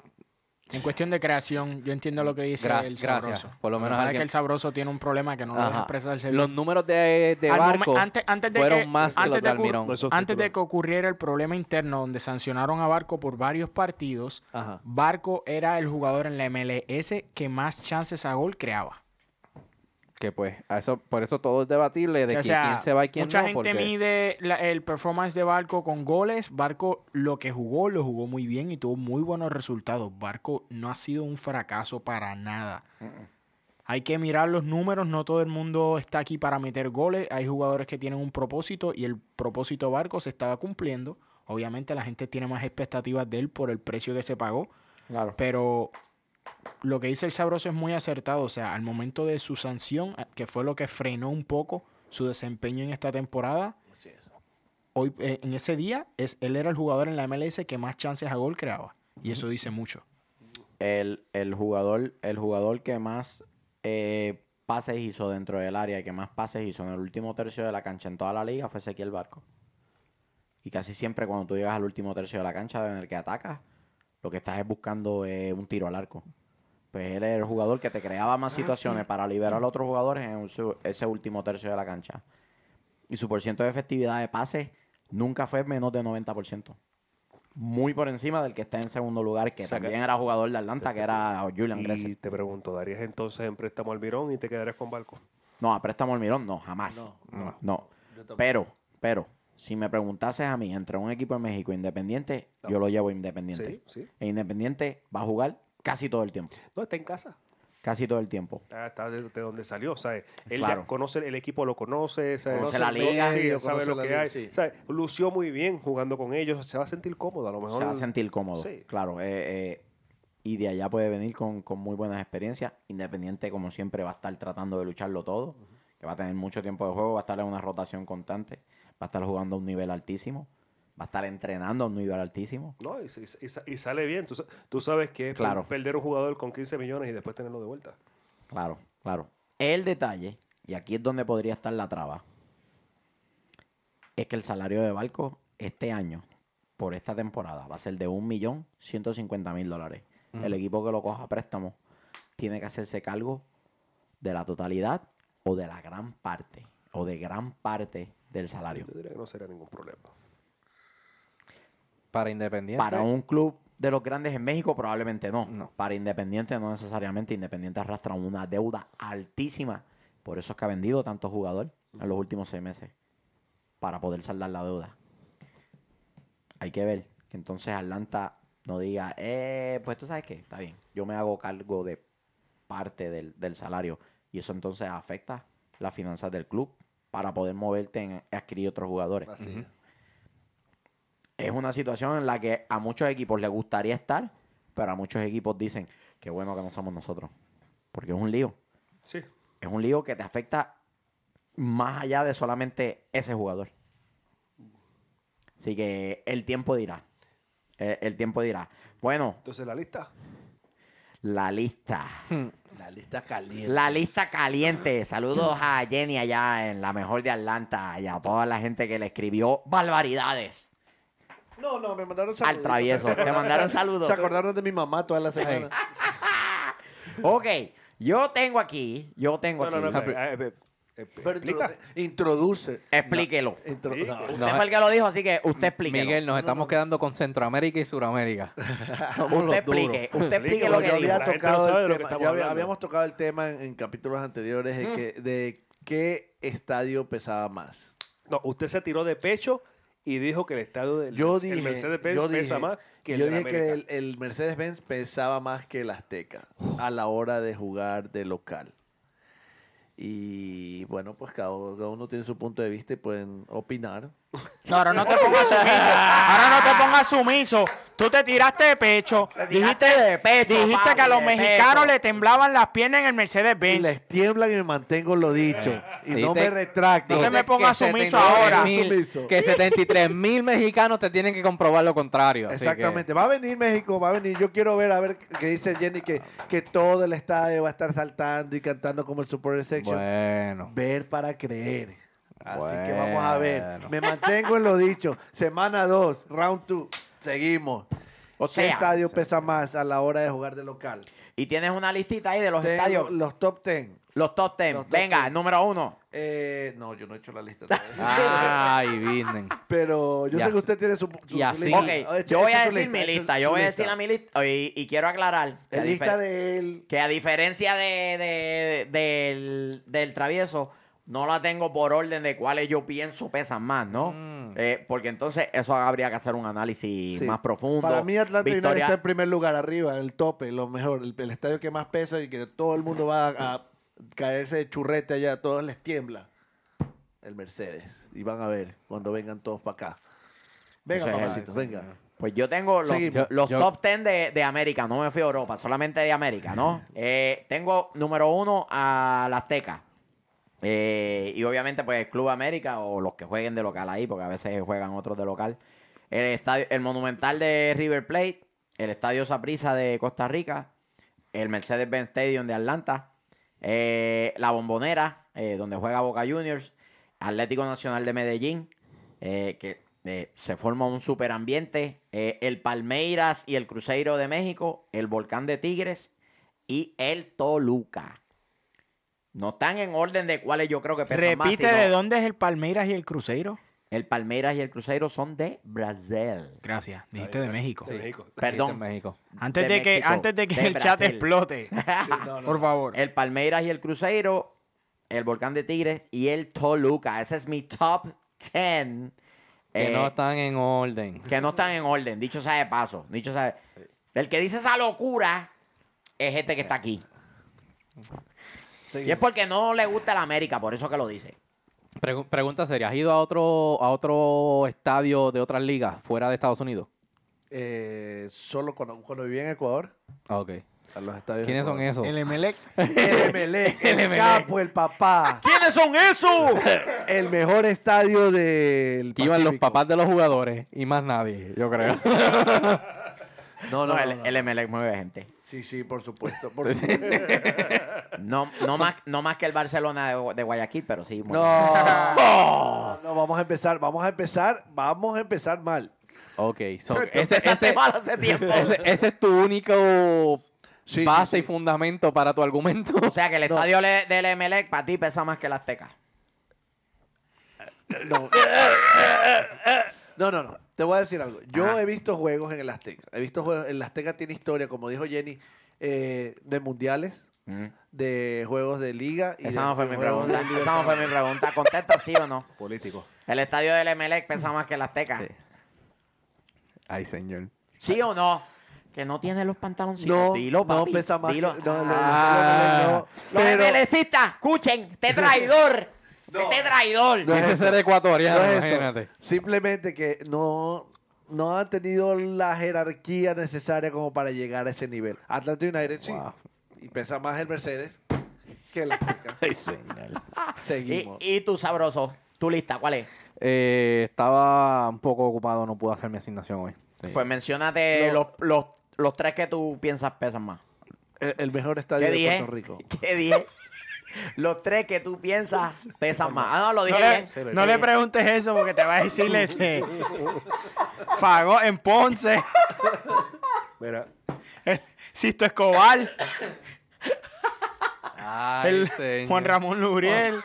En cuestión de creación, yo entiendo lo que dice
Gra-
el
gracias.
sabroso.
Por lo menos
que pasa es
alguien-
que el sabroso tiene un problema que no lo deja
ajá.
expresarse bien.
Los números de, de
Al momen-
Barco
antes- antes de
fueron
que-
más que
antes
los de
de ocurrir-
Almirón.
no es
Antes de
titular.
que ocurriera el problema interno donde sancionaron a Barco por varios partidos,
Ajá.
Barco era el jugador en la MLS que más chances a gol creaba.
Que pues, a eso, por eso todo es debatible de
O
que
sea,
quién se va y quién
mucha
no.
gente
porque-
mide la- el performance de Barco con goles. Barco lo que jugó, lo jugó muy bien y tuvo muy buenos resultados. Barco no ha sido un fracaso para nada. Hay que mirar los números, no todo el mundo está aquí para meter goles. Hay jugadores que tienen un propósito y el propósito de Barco se estaba cumpliendo. Obviamente la gente tiene más expectativas de él por el precio que se pagó. Pero lo que dice el Sabroso es muy acertado. O sea, al momento de su sanción, a- que fue lo que frenó un poco su desempeño en esta temporada, hoy eh, en ese día, es, él era el jugador en la MLS que más chances a gol creaba. Y eso dice mucho.
El, el jugador, el jugador que más eh, pases hizo dentro del área, que más pases hizo en el último tercio de la cancha en toda la liga fue Ezequiel Barco. Y casi siempre cuando tú llegas al último tercio de la cancha en el que atacas, lo que estás es buscando eh, un tiro al arco. Pues él era el jugador que te creaba más situaciones para liberar a otros jugadores en su- ese último tercio de la cancha. Y su porcentaje de efectividad de pases nunca fue menos de 90%. Muy por encima del que está en segundo lugar, que
Saca-
también era jugador de Atlanta, que era Julian
Y
Gressel.
te pregunto, ¿darías entonces en préstamo al Mirón y te quedarías con Barco?
No, a préstamo Almirón, no, jamás. No, no.
Yo tampoco.
Pero, pero, si me preguntases a mí entre un equipo de México e Independiente, yo lo llevo a Independiente.
Sí, sí.
E Independiente va a jugar casi todo el tiempo.
No, está en casa.
Casi todo el tiempo.
Ah, está de, de donde salió, ¿sabes? Él
Claro.
ya conoce, el equipo lo conoce, ¿sabe?
Conoce la
el medio,
liga.
sí,
Medio,
sabe
conoce
lo
la
que
liga,
hay.
sí.
¿sabe? Lució muy bien jugando con ellos, se va a sentir cómodo a lo mejor.
se va a sentir cómodo.
Sí.
Claro. eh, eh, y de allá puede venir con, con muy buenas experiencias. Independiente, como siempre, va a estar tratando de lucharlo todo. Que va a tener mucho tiempo de juego, va a estar en una rotación constante, va a estar jugando a un nivel altísimo, va a estar entrenando a un nivel altísimo.
No, y, y- y sa- y sale bien. Tú, sa- tú sabes que es
Claro.
per- perder un jugador con 15 millones y después tenerlo de vuelta.
Claro, claro. El detalle, y aquí es donde podría estar la traba, es que el salario de Barco este año, por esta temporada, va a ser de 1.150.000 dólares. El equipo que lo coja a préstamo tiene que hacerse cargo de la totalidad o de la gran parte, o de gran parte del salario.
Yo diría que no sería ningún problema.
Para Independiente.
Para un club de los grandes en México probablemente no.
No.
Para Independiente no necesariamente. Independiente arrastra una deuda altísima. Por eso es que ha vendido tanto jugador en los últimos seis meses. Para poder saldar la deuda. Hay que ver que entonces Atlanta no diga, eh, pues tú sabes qué, está bien. Yo me hago cargo de parte del, del salario. Y eso entonces afecta las finanzas del club para poder moverte en adquirir otros jugadores
Así es.
es una situación en la que a muchos equipos les gustaría estar, pero a muchos equipos dicen, qué bueno que no somos nosotros. Porque es un lío.
Sí.
Es un lío que te afecta más allá de solamente ese jugador. Así que el tiempo dirá. Eh, El tiempo dirá. Bueno,
Entonces la lista.
la lista.
La lista caliente.
La lista caliente. Saludos a Jenny allá en la mejor de Atlanta y a toda la gente que le escribió barbaridades
No, no, me mandaron
al
saludos.
travieso. Te mandaron saludos.
Se acordaron de mi mamá toda la semana.
Ok, yo tengo aquí, yo tengo
No, no,
aquí.
no. espera, eh, eh, eh,
Pero
explica.
introdu- introduce.
Explíquelo.
Intro-
Sí.
no.
Usted fue el que lo dijo, así que usted explique.
Miguel, nos estamos quedando con Centroamérica y Suramérica.
usted
Somos los duros.
explique, usted explique
Explíquelo,
lo que
ya
yo
dijo.
había
La gente
tocado
no
el
sabe de lo que
tema-
estamos
ya había-
hablando. Mm.
habíamos tocado el tema en, en capítulos anteriores de, que, de qué estadio pesaba más.
No, usted se tiró de pecho y dijo que el estadio del
Yo
el
dije,
Mercedes-Benz
yo
pesa
dije-
más que el
yo
de la
dije que
América.
el, el Mercedes-Benz pesaba más que el Azteca a la hora de jugar de local. Y bueno, pues cada, cada uno tiene su punto de vista y pueden opinar.
No, ahora no te pongas sumiso. Ahora no te pongas sumiso. Tú te tiraste de pecho.
tiraste
dijiste
de pecho,
dijiste
papi,
que a los
de
mexicanos
pecho.
le temblaban las piernas en el
Y
Mercedes-Benz.
les tiemblan y me mantengo lo dicho. Y
Dijiste-
no me retracto.
No Eh, te me
Que
pongas sumiso ahora.
73,000
Sumiso.
Que 73 mil mexicanos te tienen que comprobar lo contrario. así que-
Exactamente. Va a venir México, va a venir. Yo quiero ver, a ver, que dice Jenny que, que todo el estadio va a estar saltando y cantando como el Super Section.
Bueno.
Ver para creer. Así que vamos a ver.
Bueno.
Me mantengo en lo dicho. Semana 2, round 2. Seguimos.
O
¿Qué
sea,
estadio pesa más a la hora de jugar de local?
y tienes una listita ahí de los
Tengo
estadios,
Los top 10.
los top ten.
los top
Venga,
ten.
número uno.
Eh, no, yo no he hecho la lista. todavía.
Ah.
Ay, Vinen.
Pero yo
Y
sé que
así-
usted tiene su, su-
y
su
así- Sí.
lista.
Ok,
Ah, echa-
yo voy
echa
a
su
decir mi
echa
lista,
su
yo voy a
lista.
decir la mi lista y, y quiero aclarar que,
La
a,
lista
difer-
de él.
que a diferencia de, de- del, del travieso, no la tengo por orden de cuáles yo pienso pesan más, ¿no?
Mm.
Eh, porque entonces eso habría que hacer un análisis
Sí.
más profundo.
Para mí Atlanta United
Victoria-
está en primer lugar arriba, el tope, lo mejor, el, el estadio que más pesa y que todo el mundo va a, a caerse de churrete allá, a todos les tiembla. El Mercedes. Y van a ver cuando vengan todos para acá. Venga,
Eso es
papacito,
eso.
venga.
Pues yo tengo los,
Seguimos.
los
Yo- yo-
top 10 de, de América, no me fui a Europa, solamente de América, ¿no? Eh, tengo número uno a la Azteca. Eh, y obviamente, pues Club América o los que jueguen de local ahí, porque a veces juegan otros de local. El, estadio, el Monumental de River Plate, el Estadio Saprissa de Costa Rica, el Mercedes-Benz Stadium de Atlanta, eh, la Bombonera, eh, donde juega Boca Juniors, Atlético Nacional de Medellín, eh, que eh, se forma un super ambiente, el Palmeiras y el Cruzeiro de México, el Volcán de Tigres y el Toluca. No están en orden de cuáles yo creo que pesan más,
Repite
sino
de dónde es el Palmeiras y el Cruzeiro.
El Palmeiras y el Cruzeiro son de Brasil.
Gracias, dijiste de México.
De México.
Perdón,
México.
Antes
De
de, que,
México,
antes de que
de
el chat
Brasil.
explote,
Sí, no, no.
por favor.
El Palmeiras y el Cruzeiro, el Volcán de Tigres y el Toluca. Ese es mi top 10.
Que
eh,
no están en orden.
que no están en orden, dicho sea de paso. Dicho sea de- El que dice esa locura es este que está aquí. Y es
Seguimos.
porque no le gusta la América, por eso que lo dice.
Pregu- pregunta seria, ¿has ido a otro, a otro estadio de otras ligas fuera de Estados Unidos?
Eh, solo cuando, cuando viví en Ecuador,
Ah, ok.
a los estadios.
¿Quiénes son esos?
El Emelec.
El Emelec, el,
Emelec.
capo, el papá.
¿Quiénes son esos?
El mejor estadio del
Que iban los
Pacífico.
papás de los jugadores y más nadie, yo creo.
No, no,
No,
no,
el,
no.
el MLE mueve gente.
Sí, sí, por supuesto. por supuesto.
No, no, más, no más que el Barcelona de, de Guayaquil, pero sí. mueve gente.
No. No, vamos a empezar, vamos a empezar, vamos a empezar mal.
ok, so,
Tú
ese,
empezaste
ese-
mal hace tiempo.
ese- ese es tu único
Sí,
base
sí,
y fundamento para tu argumento.
O sea que el estadio le- del Emelec para ti pesa más que el Azteca.
No. no, no, no. Te voy a decir algo. Yo
Ajá.
he visto juegos en el Azteca. He visto juegos. El Azteca tiene historia, como dijo Jenny, eh, de mundiales,
Mm.
de juegos de liga. Y
Esa
de-
no fue
de
mi
juegos
pregunta.
de
Esa no
Libertadores.
fue mi pregunta. Contesta sí o no.
Político.
El estadio del Emelec pesa más que el Azteca.
Sí.
Sí.
Ay, señor.
o no? Que no tiene los pantaloncitos.
No,
dilo,
no
papi.
pesa más.
Dilo.
que- no, no, no,
Ah.
no, no, no.
Los
Pero
MLCistas, escuchen. Este traidor. Este traidor.
No es
Ese
eso.
ser ecuatoriano,
no es eso.
imagínate.
Simplemente que no, no han tenido la jerarquía necesaria como para llegar a ese nivel. Atlanta United sí.
Wow.
Y pesa más el Mercedes que el Azteca.
Ay, señor.
Y,
Seguimos.
y tu sabroso. Tu lista, ¿cuál es?
Eh, estaba un poco ocupado, no pude hacer mi asignación hoy. Sí.
Pues menciónate
No.
los, los, los tres que tú piensas pesan más.
El, el mejor estadio
¿Qué
de
dije?
Puerto Rico.
¿Qué dije? Los tres que tú piensas pesan más. Ah, no, lo
No
dije
le,
bien.
se lo
no
dije.
le preguntes eso porque te va a decir este, Fagó en Ponce,
Mira,
Sisto Escobar,
Ay,
el
señor.
Juan Ramón Lubriel.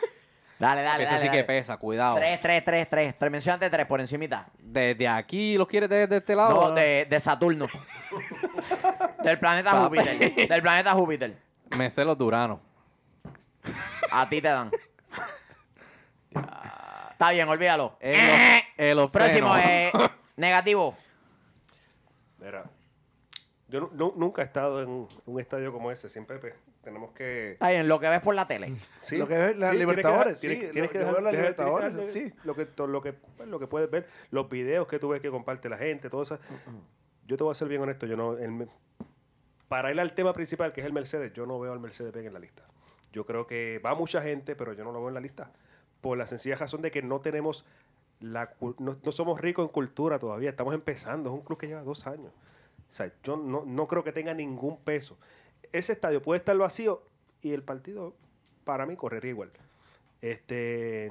Dale, dale,
Ese
dale.
sí que
dale.
pesa, oh. cuidado.
Tres, tres, tres, tres. Tres, mencionaste tres por encimita.
¿Desde aquí los quieres desde este lado? o
No,
no?
de, de Saturno. del planeta
Papi.
Júpiter. Del planeta Júpiter.
Me sé los duranos.
A ti te dan. Está bien, olvídalo.
El, el obsceno.
Eh. Próximo, eh, negativo.
mira. Yo nu- nu- nunca he estado en un- un estadio como ese. Siempre pe- tenemos que...
Está bien, lo que ves por la tele.
Sí,
Lo que ves, la
tienes
Libertadores,
tienes-
sí,
tienes
lo- yo
que dejar,
veo la
dejar- tienes que
Libertadores,
dejar de-
sí.
Lo que, to- lo, que, pues, lo que puedes ver, los videos que tú ves que comparte la gente, todo eso. Yo te voy a ser bien honesto, yo no... el me- para ir al tema principal, que es el Mercedes, yo no veo al Mercedes Benz en la lista. Yo creo que va mucha gente, pero yo no lo veo en la lista. Por la sencilla razón de que no tenemos la cu- no, no somos ricos en cultura todavía, estamos empezando, es un club que lleva dos años. O sea, yo no, no creo que tenga ningún peso. Ese estadio puede estar vacío y el partido, para mí, correría igual. Este,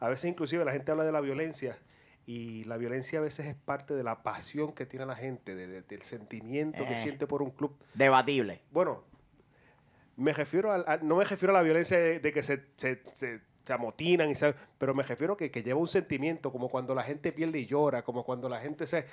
a veces inclusive la gente habla de la violencia y la violencia a veces es parte de la pasión que tiene la gente, de- de- del sentimiento
Eh.
que siente por un club.
Debatible.
Bueno, me refiero al- a- no me refiero a la violencia de, de que se, se- se- se amotinan, y se- pero me refiero que, que lleva un sentimiento, como cuando la gente pierde y llora, como cuando la gente se... e-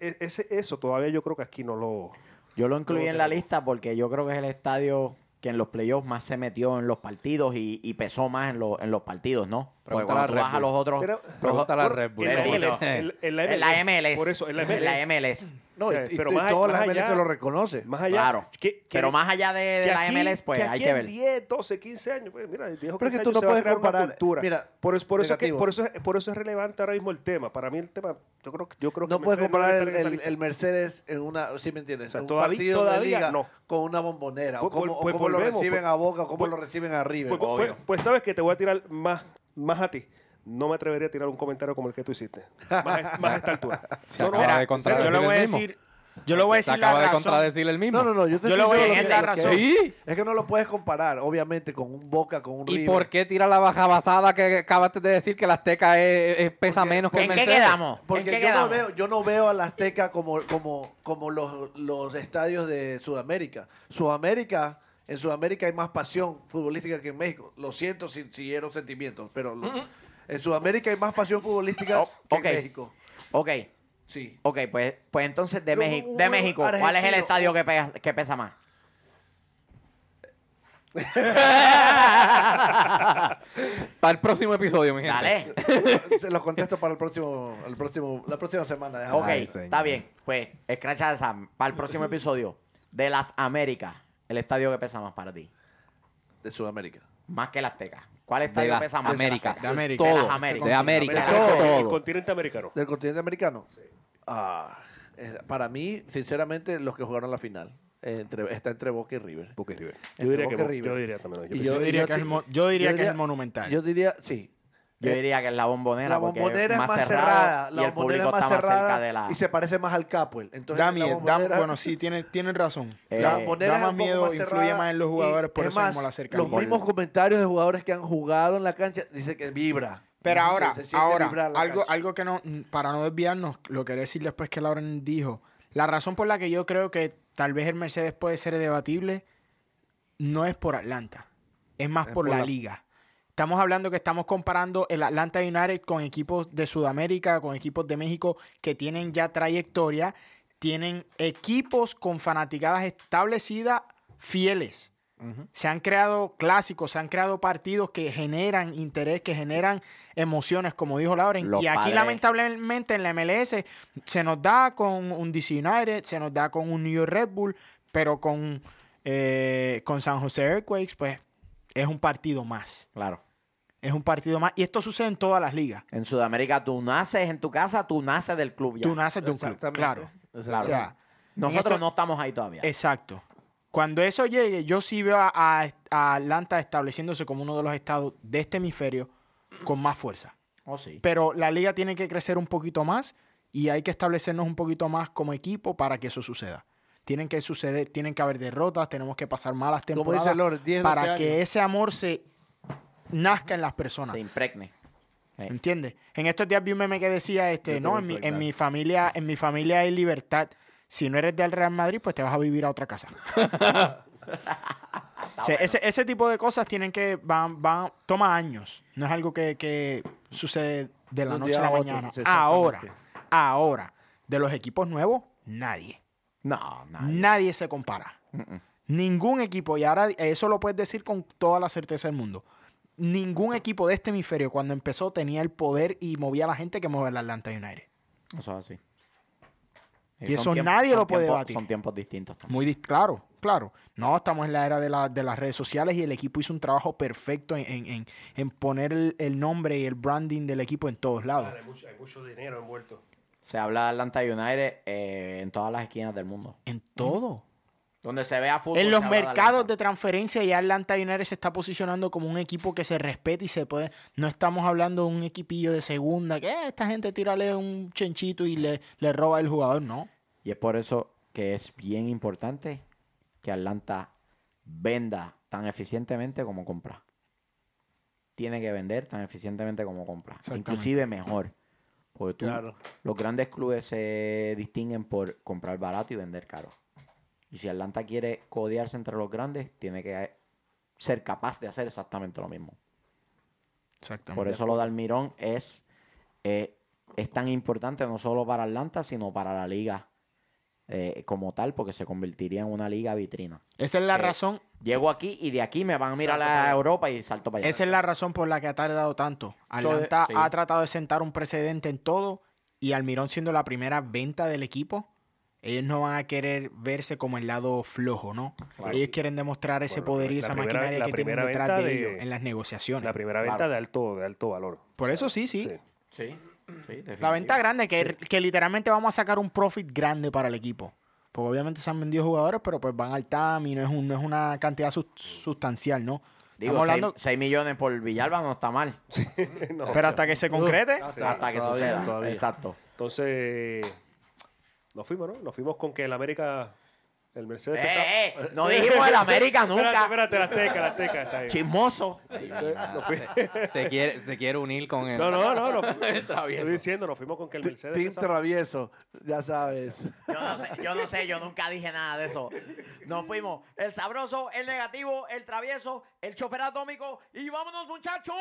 e- ese- eso todavía yo creo que aquí no lo...
Yo lo incluí
No,
en la
tengo.
lista porque yo creo que es el estadio que en los playoffs más se metió en los partidos y, y pesó más en, lo- en los partidos, ¿no? Pues
Pregúntale a
cuando tú vas
Red
a los
Bull.
Oh,
otros...
Pero-
los-
Pregúntale a
Bueno,
Red Bull.
en la
Red Bull.
MLS, en- en la
en la MLS.
Por eso, en la
En la
MLS.
MLS.
No,
O sea,
y,
pero
pero
más a-
todas las
más
MLS
allá-
lo reconoce.
Más allá.
Claro.
que- que-
Pero más allá de, de
que
la
aquí-
MLS, pues hay
aquí
que
en
ver.
10, 12, 15 años. pues, mira, 10 o
Pero es
15
que tú
años
no
se va a
puedes
crear una
comparar-
cultura.
mira,
por, eso, por, eso es que-
negativo.
por, eso, es- por eso es relevante ahora mismo el tema. Para mí el tema, yo creo, que- yo creo que...
No puedes
Mercedes
comparar
debe
el,
estar en esa
el-
lista.
el Mercedes en una, sí me entiendes,
O sea,
un
todavía-
partido de
todavía
liga
no.
con una bombonera, o
Pues-
cómo, o
pues
cómo lo
volvemos,
reciben
pues-
a Boca, o cómo
pues-
lo reciben a River.
Pues, pues- pues sabes que te voy a tirar más, más a ti. No me atrevería a tirar un comentario como el que tú hiciste. Más, más a esta altura.
Se
No, no,
acaba
en
de
serio,
contradecir
yo le voy a
el mismo.
decir, yo le voy a
Se
decir
acaba
la
de
razón.
contradecir el mismo.
no, no, no, yo te
Yo le voy a
diciendo
decir
lo
la
que- lo que
razón.
es.
Sí.
Es que no lo puedes comparar, obviamente, con un Boca, con un
¿Y
River.
por qué tira la baja basada que acabaste de decir que la Azteca es- es- pesa
Porque-
menos que el
¿En qué
Mercedes?
quedamos? ¿En
Porque
qué
yo, no
quedamos?
veo, yo no veo a la Azteca como, como, como los, los estadios de Sudamérica. Sudamérica, en Sudamérica hay más pasión futbolística que en México. Lo siento si siguieron sentimientos, pero lo- en Sudamérica hay más pasión futbolística que
Oh, ok.
en México.
Ok,
Sí.
ok, pues, pues entonces de,
No,
México,
un-
de
un
México, ¿cuál es el
argentino-
estadio que pesa, que pesa más?
Para el próximo episodio, mi gente.
Dale.
Se los contesto para el próximo, el próximo, la próxima semana. déjame
Ok,
Ay,
ver.
señor.
está bien. Pues, escracha esa para el próximo episodio. De las Américas, el estadio que pesa más para ti.
De Sudamérica.
Más que el Azteca. ¿Cuál
De
estadio
las
pesa más?
Américas.
De América.
De
Todo.
las Américas.
De América.
el continente-
Todo.
El continente americano.
¿Del continente americano? Ah, es- para mí, sinceramente, los que jugaron la final. eh, entre- está entre Boca y River.
Boca y River.
Entre
Yo diría
Boca
que
y
Bo-
River.
yo diría también. yo
Y
pienso-
Yo diría que es el mo- yo diría que es el monumental.
Yo diría, sí.
Yo diría que es la bombonera.
La
porque
bombonera es
más
más
cerrado
cerrada.
y
La
el público
bombonera es más
está más cerca de
cerrada
la.
y se parece más al Capuel. Entonces,
Da
la
miedo, da-
bombonera-
bueno, sí, tienen, tienen razón.
Eh,
la
da,
bombonera
da
es
más
un poco
miedo, influye
cerrada
más en los
y
jugadores, por
es
eso
más,
mismo la acercan.
Los mismos comentarios de jugadores que han jugado en la cancha dice que vibra.
Pero ahora,
Se siente
ahora
vibrar la
algo,
cancha.
algo que no, mm, para no desviarnos, lo quería decir después que Lauren dijo. La razón por la que yo creo que tal vez el Mercedes puede ser debatible no es por Atlanta, es más
Es
por,
por
la,
la-
liga. Estamos hablando que estamos comparando el Atlanta United con equipos de Sudamérica, con equipos de México que tienen ya trayectoria, tienen equipos con fanaticadas establecidas, fieles. Se han creado clásicos, se han creado partidos que generan interés, que generan emociones, como dijo Lauren.
Los
y aquí,
padres.
lamentablemente, en la MLS se nos da con un DC United, se nos da con un New York Red Bull, pero con, eh, con San José Earthquakes, pues es un partido más.
Claro.
Es un partido más. Y esto sucede en todas las ligas.
En Sudamérica, tú naces en tu casa, tú naces del club ya.
Tú naces de un club.
Exactamente.
Claro.
Claro.
O sea,
Nosotros
esto-
no estamos ahí todavía.
Exacto. Cuando eso llegue, yo sí veo a, a- a Atlanta estableciéndose como uno de los estados de este hemisferio con más fuerza.
Oh, sí.
Pero la liga tiene que crecer un poquito más y hay que establecernos un poquito más como equipo para que eso suceda. Tienen que suceder, tienen que haber derrotas, tenemos que pasar malas
Como dice
temporadas
Lore, 10, 12
para que
años.
ese amor se nazca en las personas.
Se impregne. Sí.
¿Entiendes? En estos días vi un meme que decía, este,
Eh. Yo te
no,
voy a
en mi, en
impregnar.
mi familia, en mi familia hay libertad. Si no eres del Real Madrid, pues te vas a vivir a otra casa. O sea, ese, ese tipo de cosas tienen que, van, van, toma años. No es algo que, que sucede de la
De un
noche
día
a la
a otro,
mañana.
sí,
Ahora,
exactamente.
ahora, de los equipos nuevos, nadie.
No,
Nadie,
nadie.
se compara.
Mm-mm.
Ningún equipo, y ahora eso lo puedes decir con toda la certeza del mundo. Ningún equipo de este hemisferio cuando empezó tenía el poder y movía a la gente que mueve el Atlanta United.
Mm. Eso es así.
Y eso
son tiempos-
nadie
son
lo puede
tiempos-
batir.
Son tiempos distintos también.
Muy dis- claro, claro. No, estamos en la era de, la- de las redes sociales y el equipo hizo un trabajo perfecto en, en- en- en poner el, el nombre y el branding del equipo en todos lados.
Hay mucho- hay mucho dinero envuelto.
Se habla de Atlanta United eh, en todas las esquinas del mundo.
En todo.
Donde se vea fútbol.
En los
se habla de
mercados
Atlanta.
de transferencia ya Atlanta United se está posicionando como un equipo que se respeta y se puede... No estamos hablando de un equipillo de segunda, que eh, esta gente tírale un chenchito y le, le roba el jugador. No.
Y es por eso que es bien importante que Atlanta venda tan eficientemente como compra. Tiene que vender tan eficientemente como compra.
Exactamente.
Inclusive mejor. Porque tú,
Claro.
los grandes clubes se distinguen por comprar barato y vender caro. Y si Atlanta quiere codearse entre los grandes, tiene que ser capaz de hacer exactamente lo mismo.
Exactamente.
Por eso lo de Almirón es, eh, es tan importante no solo para Atlanta, sino para la liga eh, como tal, porque se convertiría en una liga vitrina.
Esa es la
Eh,
razón,
Llego aquí y de aquí me van a mirar a Europa y salto para allá.
esa es la razón por la que ha tardado tanto. Atlanta
sí.
ha tratado de sentar un precedente en todo y Almirón siendo la primera venta del equipo, ellos no van a querer verse como el lado flojo, ¿no?
Claro.
Ellos quieren demostrar ese
Bueno,
poder y
la
esa
primera-
maquinaria
la
que tienen
primera
detrás de,
venta de-
ellos en las negociaciones.
La primera venta
Claro.
de alto, de alto valor.
por eso sí, sí.
Sí.
Sí, sí,
La venta
definitivo.
grande, que, que literalmente vamos a sacar un profit grande para el equipo. Porque obviamente se han vendido jugadores, pero pues van al TAM y no es, un- no es una cantidad sus- sustancial, ¿no?
Digo,
Estamos hablando,
6 millones por Villalba no está mal.
No.
pero hasta que se concrete,
hasta que
todavía,
suceda.
todavía.
Exacto.
Entonces, nos fuimos, ¿no? Nos fuimos con que el América, el Mercedes pesaba-
Eh, eh, no dijimos el América
Espérate,
nunca.
espérate, la teca, la teca está bien.
Chismoso.
Nos fui-
Se quiere, se quiere unir con el.
No, no, no, no. Estoy diciendo, nos fuimos con que el Mercedes
Team
pesaba-
travieso, ya sabes.
Yo no, sé, yo no sé, yo nunca dije nada de eso. Nos fuimos. El sabroso, el negativo, el travieso, el chofer atómico. Y vámonos, muchachos.